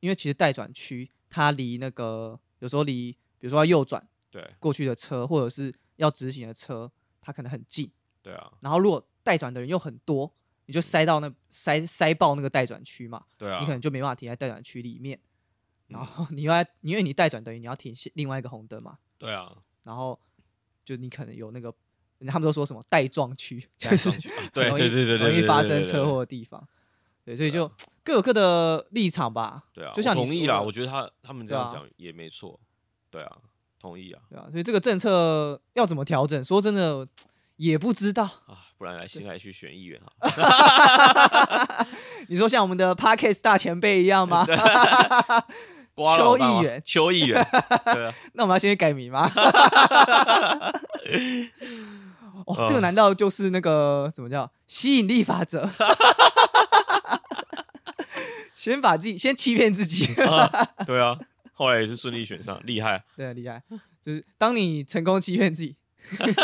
A: 因为其实带转区它离那个有时候离，比如说要右转
B: 对
A: 过去的车，或者是要直行的车，它可能很近，
B: 对啊
A: 然后如果带转的人又很多，你就塞到那塞塞爆那个带转区嘛，
B: 对啊，
A: 你可能就没办法停在待转区里面，
B: 嗯
A: 然后你 又在，因为你待转等于你要停下另外一个红灯嘛，
B: 对啊，
A: 然后就你可能有那个，他们都说什么带撞区，就
B: 带
A: 是
B: 撞区啊 对
A: 很容易
B: 对对对对
A: 容易
B: 对
A: 发
B: 对对
A: 生
B: 对
A: 车
B: 对
A: 祸的地方，对，所以就各有各的立场吧，
B: 对啊，
A: 就像
B: 我
A: 你
B: 同意
A: 说
B: 啦，
A: 的
B: 我觉得他他们这
A: 对
B: 样
A: 啊
B: 讲也没错，对啊，同意啊
A: 对吧、所以这个政策要怎么调整，说真的也不知道。
B: 啊，不然来新来去选议员啊，
A: 你说像我们的 Parkes 大前辈一样吗？
B: 瓜
A: 邱
B: 老大
A: 议
B: 吗
A: 员
B: 邱议员，对啊，
A: 那我们要先去改名吗？ 哦，
B: 嗯
A: 这个难道就是那个怎么叫吸引力法则？ 先把自己先欺骗自己，
B: 啊对啊，后来也是顺利选上，厉害，
A: 对，厉害。就是当你成功欺骗自己，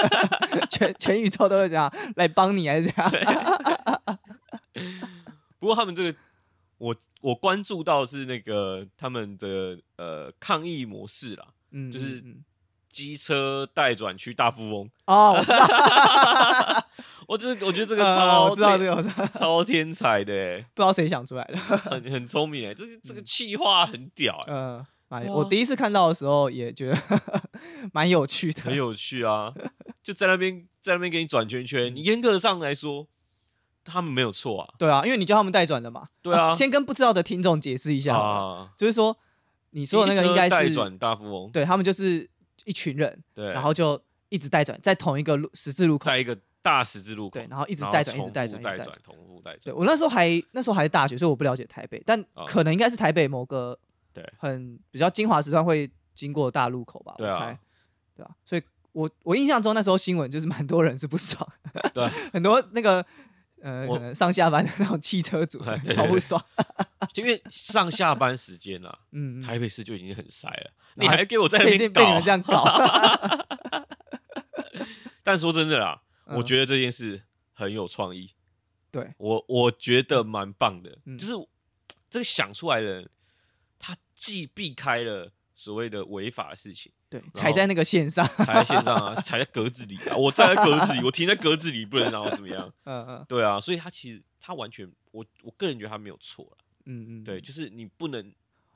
A: 全全宇宙都会这样来帮你，还是这样？
B: 不过他们这个，我我关注到是那个他们的呃抗议模式啦，
A: 嗯，
B: 就是
A: 嗯嗯
B: 机车待转区大富翁，
A: 哦，我知道，
B: 我只是我觉得这
A: 这
B: 个超、
A: 啊我知道这个，我知道，不
B: 超天才的欸、
A: 知道谁想出来的。
B: 很很聪明哎、这个这个气话很屌哎、
A: 嗯，蛮，
B: 哇
A: 我第一次看到的时候也觉得 蛮有趣的，
B: 很有趣 啊，就在那边在那边给你转圈圈，
A: 嗯
B: 你严格上来说，他们没有错啊，
A: 对啊，因为你叫他们代转的嘛。
B: 对啊
A: 先跟不知道的听众解释一下好了，
B: 啊，
A: 就是说你说的那个应该
B: 机车
A: 是
B: 待转大富翁，
A: 对他们就是一群人，
B: 对，
A: 然后就一直代转在同一个路十字路口。
B: 在一个大十字路口，
A: 对然后一直
B: 然
A: 带转一直
B: 重复
A: 带
B: 带
A: 转一直带
B: 转，重复带
A: 对
B: 转，
A: 我那时候还那时候还是大学，所以我不了解台北，但
B: 哦
A: 可能应该是台北某个
B: 对
A: 很比较精华时段会经过的大路口吧，
B: 对
A: 我
B: 啊
A: 猜，对啊， 所以我我印象中那时候新闻就是蛮多人是不爽，
B: 对，啊
A: 很多那个呃，
B: 我
A: 可能上下班的那种汽车族
B: 哎，对
A: 超
B: 对
A: 不
B: 对
A: 爽。
B: 就因为上下班时间啦、
A: 嗯，嗯
B: 台北市就已经很 塞了，
A: 然
B: 你
A: 后
B: 还给我在那
A: 被这
B: 边搞
A: 被你们这
B: 啊？
A: 样 搞，
B: 但说真的啦，我
A: 嗯
B: 觉得这件事很有创意，
A: 对，
B: 我我觉得蛮棒的，
A: 嗯
B: 就是这个想出来的人，他既避开了所谓的违法的事情，
A: 对，
B: 后
A: 踩在那个线上，
B: 踩在线上 啊，踩在格子里啊，我站在格子里，我停在格子里，不能让我怎么样？
A: 嗯嗯
B: 对啊，所以他其实他完全，我我个人觉得他没有错啦，
A: 嗯嗯，
B: 对，，就是你不能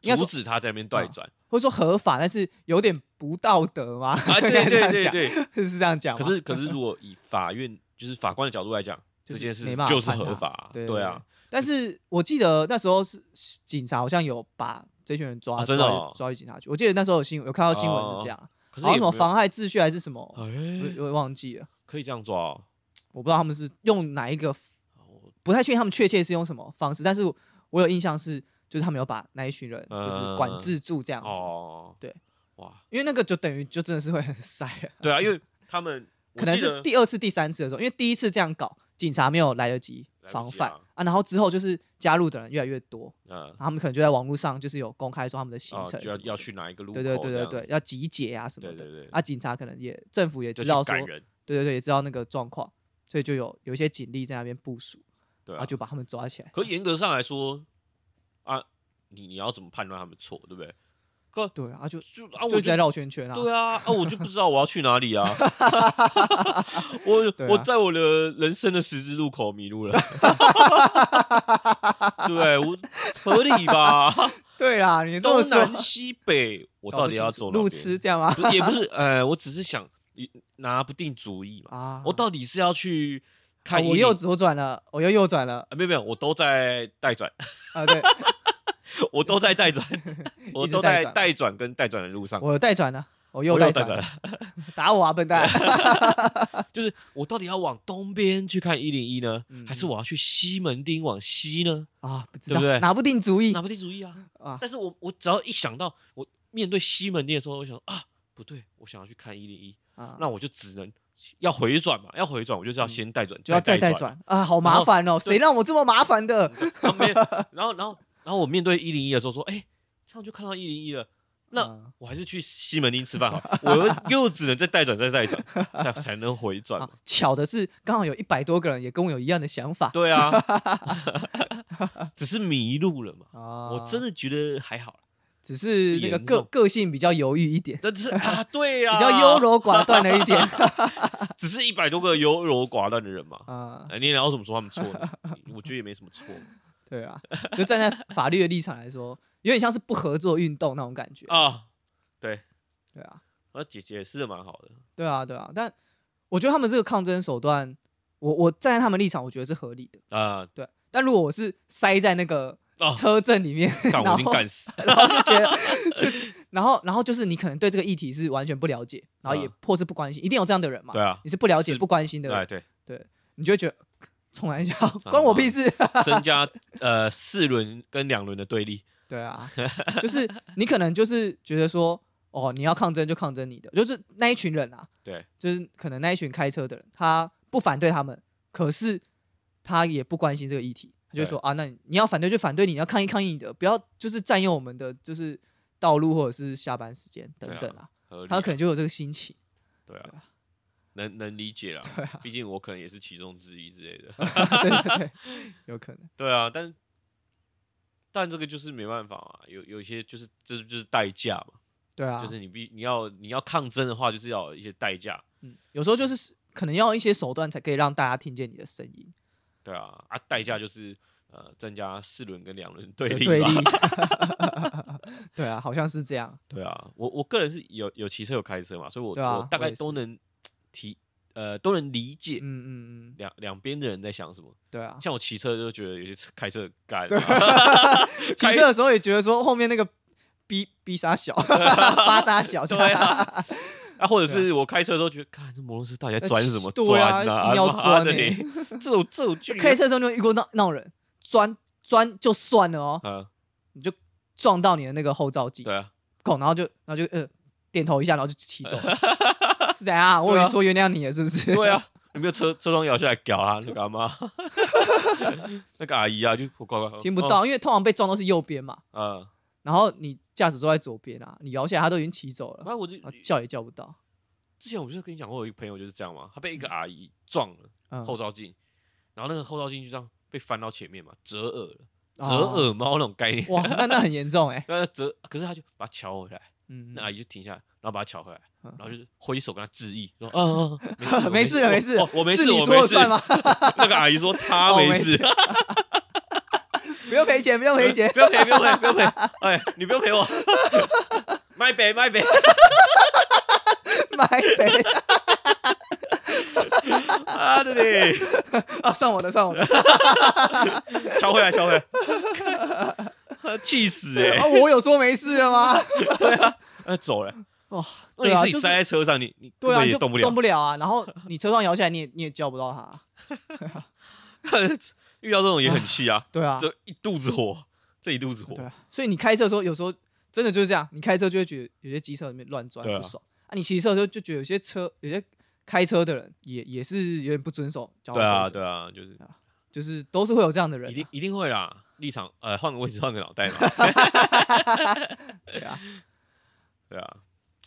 A: 应该说
B: 阻止他在那边
A: 啊
B: 断转，
A: 或者说合法，但是有点不道德嘛。
B: 啊，对
A: 这
B: 对
A: 样
B: 对
A: 讲，
B: 对，
A: 是这样讲吗。
B: 可是可是如果以法院就是法官的角度来讲，
A: 就
B: 这
A: 是
B: 件事
A: 没办法
B: 就是
A: 判他
B: 合法啊，
A: 对
B: 对啊，，
A: 但是我记得那时候是是警察好像有把这群人抓，
B: 啊真的
A: 抓去
B: 哦
A: 抓去警察局。我记得那时候有新闻有看到新闻是这样，
B: 可是
A: 好像
B: 也
A: 什么
B: 没有
A: 妨害秩序还是什么，我
B: 哎，
A: 我也忘记了，
B: 可以这样抓哦，
A: 我不知道他们是用哪一个，
B: 哦
A: 不太确定他们确切是用什么方式，但是我我有印象是就是他们有把那一群人就是管制住这样子，
B: 嗯哦，
A: 对，
B: 哇，
A: 因为那个就等于就真的是会很塞、啊。
B: 对啊，因为他们我
A: 可能
B: 记
A: 是
B: 得
A: 第二次、第三次的时候，因为第一次这样搞，警察没有来得及
B: 来不及
A: 防范
B: 啊
A: 啊，然后之后就是加入的人越来越多，
B: 嗯
A: 然后他们可能就在网络上就是有公开说他们的行
B: 哦
A: 程什
B: 就
A: 么
B: 要
A: 的、
B: 要去哪一个路口
A: 对对
B: 这样子，
A: 对对对，要集结啊什么
B: 对
A: 的。
B: 对对，
A: 啊，警察可能也政府也
B: 就
A: 知道
B: 去
A: 说，
B: 赶
A: 对
B: 人，
A: 对对，也知道那个状况，所以就有有一些警力在那边部署，
B: 对
A: 然
B: 啊
A: 后，就把他们抓起来。
B: 可严格上来说啊，你你要怎么判断他们错，对不对？可
A: 对啊，就
B: 就啊，
A: 就
B: 我
A: 一直在
B: 就
A: 绕圈圈啊。
B: 对啊，啊，我就不知道我要去哪 里啊！我、
A: 对啊
B: 我在我的人生的十字路口迷路 了，对我合理吧？
A: 对啦，你这么
B: 东
A: 说，
B: 南西北，我
A: 搞
B: 到
A: 不
B: 底
A: 清
B: 要
A: 楚
B: 走哪
A: 路
B: 边
A: 痴这样吗？
B: 不是也不是，呃，我只是想拿不定主意嘛。
A: 啊，
B: 我到底是要去
A: 啊
B: 看医
A: 我
B: 林
A: 又左转了，我又右转了
B: 啊，没有没有，我都在带转，
A: 啊，对
B: 我都在带 转，我
A: 一直
B: 都
A: 带
B: 在
A: 转
B: 带转跟带转的路上，
A: 我有带转了，我又
B: 我
A: 带
B: 带
A: 转了，打我啊，笨 蛋！
B: 就是我到底要往东边去看一零一呢，还是
A: 嗯
B: 我要去西门町往西呢？
A: 啊，不知
B: 对
A: 道，
B: 不对
A: 拿不定主意
B: 拿不定主意啊！
A: 嗯啊。
B: 但是我我只要一想到我面对西门町的时候，我想啊，不对，我想要去看一零一，
A: 啊
B: 那我就只能要回转嘛，要回转，我就是要
A: 嗯
B: 先带转，
A: 就要再带
B: 带。
A: 转啊，好
B: 然
A: 麻
B: 后
A: 烦哦，
B: 对
A: 谁让我这么麻烦的？
B: 然后没有， 然后然后然后我面对一零一的时候说，哎、这样就看到一零一了。
A: 嗯
B: 那我还是去西门町吃饭 好了，我又又只能再带转再带转，才才能回转嘛
A: 啊。，巧的是，刚好有一百多个人也跟我有一样的想法
B: 对啊， 只是迷路了嘛。
A: 啊。
B: 我真的觉得还 好啦，
A: 只是那
B: 严
A: 个个
B: 重
A: 个性比较犹豫一 点，
B: 但是啊，对呀，
A: 比较优，柔寡断了一 点
B: 只是一百多个优柔寡断的人嘛。
A: 啊。
B: 哎，你也要怎么说他们错呢？ 你我觉得也没什么错
A: 对啊，就站在法律的立场来说，有点像是不合作运动那种感觉。
B: 啊。对，
A: 对啊，
B: 那姐姐是蛮好的，
A: 对啊，对啊。但我觉得他们这个抗争手段，我我站在他们立场，我觉得是合理的。
B: 啊，
A: 对，但如果我是塞在那个
B: 哦
A: 车阵里面，
B: 干
A: 然
B: 我
A: 后
B: 已经 干死，
A: 然后就觉得，就然后然后就是你可能对这个议题是完全不了解，然后也
B: 嗯
A: 或是不关心，一定有这样的人嘛？
B: 对啊
A: 你是不了解、
B: 是
A: 不关心的
B: 哎
A: 人，
B: 对，
A: 你就会觉得重来一下，关我
B: 哦
A: 屁事。啊
B: 增加呃四轮跟两轮的对立。
A: 对啊，就是你可能就是觉得说，哦，你要抗争就抗争你的，就是那一群人啊，
B: 对，
A: 就是可能那一群开车的人，他不反对他们，可是他也不关心这个议题，他就
B: 对
A: 说啊，那你你要反对就反对你，你要抗议抗议你的，不要就是占用我们的就是道路或者是下班时间等
B: 对啊
A: 等啊，
B: 合理
A: 他
B: 啊
A: 可能就有这个心情。
B: 对
A: 对
B: 啊
A: 啊，
B: 能能理解
A: 对
B: 啦
A: 啊，
B: 毕竟我可能也是其中之一之类的。
A: 对对对，有可能。
B: 对啊，但但这个就是没办法啊，有有一些就是这就是代价嘛，
A: 对啊，
B: 就是你必你要你要抗争的话，就是要有一些代价。
A: 嗯，有时候就是可能要一些手段才可以让大家听见你的声音。
B: 对啊，啊，代价就是呃增加四轮跟两轮对
A: 对
B: 立
A: 对
B: 吧。
A: 立， 对啊，好像是这样。
B: 对啊，我我个人是有有骑车有开车嘛，所以我、
A: 对啊
B: 我大
A: 我
B: 概
A: 也是
B: 都能提呃都能理解
A: 嗯嗯嗯，
B: 两两边的人在想什么。
A: 对啊。
B: 像我骑车就觉得有些车开车干，啊
A: 骑车的时候也觉得说后面那个逼逼杀 小，巴杀小，
B: 对 啊，啊，或者是我开车的时候觉得，看这摩托车到底在钻什么
A: 呃对
B: 钻
A: 啊一定要
B: 妈
A: 钻
B: 的
A: 欸
B: 你 这种这种距离
A: 开车的时候你有遇过那那种人钻钻就算了哦，
B: 啊，
A: 你就撞到你的那个后照镜，
B: 对啊，
A: 拱，然后就然后
B: 啊
A: 就呃点头一下，然后就骑走了，是怎样啊？我以为说原谅你了，是不是？
B: 对啊，有没有车车窗摇下来屌啊？那个阿妈， 那个阿姨啊，就乖 乖
A: 听不到，。因为通常被撞都是右边嘛，
B: 嗯，
A: 然后你驾驶座在左边啊，你摇下来他都已经骑走了，
B: 那我就
A: 啊叫也叫不到。
B: 之前我不是跟你讲过，我有一个朋友就是这样嘛，他被一个阿姨撞了。
A: 嗯，
B: 后照镜，然后那个后照镜就这样被翻到前面嘛，折耳了，
A: 哦
B: 折耳猫那种概念。
A: 哇，那那很严重哎、
B: 那折，可是他就把它瞧回来，
A: 嗯，
B: 那阿姨就停下来，然后把它瞧回来，
A: 嗯
B: 然后就是挥手跟他致意，说：“嗯嗯嗯， 我
A: 没事了，没事
B: 我，我没
A: 是
B: 事，
A: 你
B: 我
A: 说
B: 没
A: 了
B: 事。
A: 算吗？？”
B: 那个阿姨说：“她
A: 哦
B: 没
A: 没
B: 事，，
A: 不用赔钱，不用赔钱
B: 不要赔，不用赔， 不用赔，哎，你不用赔我，卖赔卖 赔，
A: 买赔
B: 妈的嘞，
A: 啊，算我的，算我的。
B: 瞧回来，瞧回 来，气死哎、
A: 啊，我有说没事了 吗？
B: 那走了，
A: 哇，
B: 问
A: 对
B: 题
A: 啊，就
B: 是你
A: 是
B: 塞在车上，你你根
A: 对啊，
B: 本
A: 你
B: 也
A: 就
B: 动不了
A: 动，不了啊。然后你车窗摇下来，你也你也叫不到他。
B: 遇到这种也很气啊。
A: 对啊，
B: 这一肚子火，这一肚子火
A: 对，啊。所以你开车的时候，有时候真的就是这样，你开车就会觉得有些机车里面乱钻
B: 对啊
A: 不爽啊。你骑车的时候就觉得有些车有些开车的人也也是有点不遵守交通
B: 对啊，
A: 规则，
B: 对啊，就是
A: 就是都是会有这样的人啊，
B: 一定一定会啦。立场呃，换个位置，换个 脑袋嘛。
A: 对啊。
B: 对啊，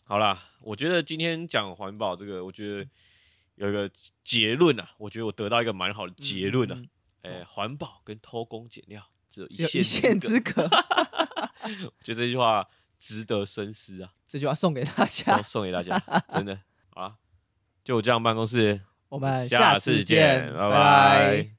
B: 好啦，我觉得今天讲环保这个，我觉得有一个结论啊，我觉得我得到一个蛮好的 结论啊
A: 嗯，
B: 哎，环保跟偷工减料只有
A: 只有
B: 一
A: 一线
B: 之
A: 之隔。
B: 隔，我觉得这句话值得深思 啊，
A: 这句话送给大
B: 送
A: 家，
B: 送给大家，真啊的好啦，就我这样办公室，
A: 我们
B: 下
A: 次
B: 见，
A: 拜
B: 拜。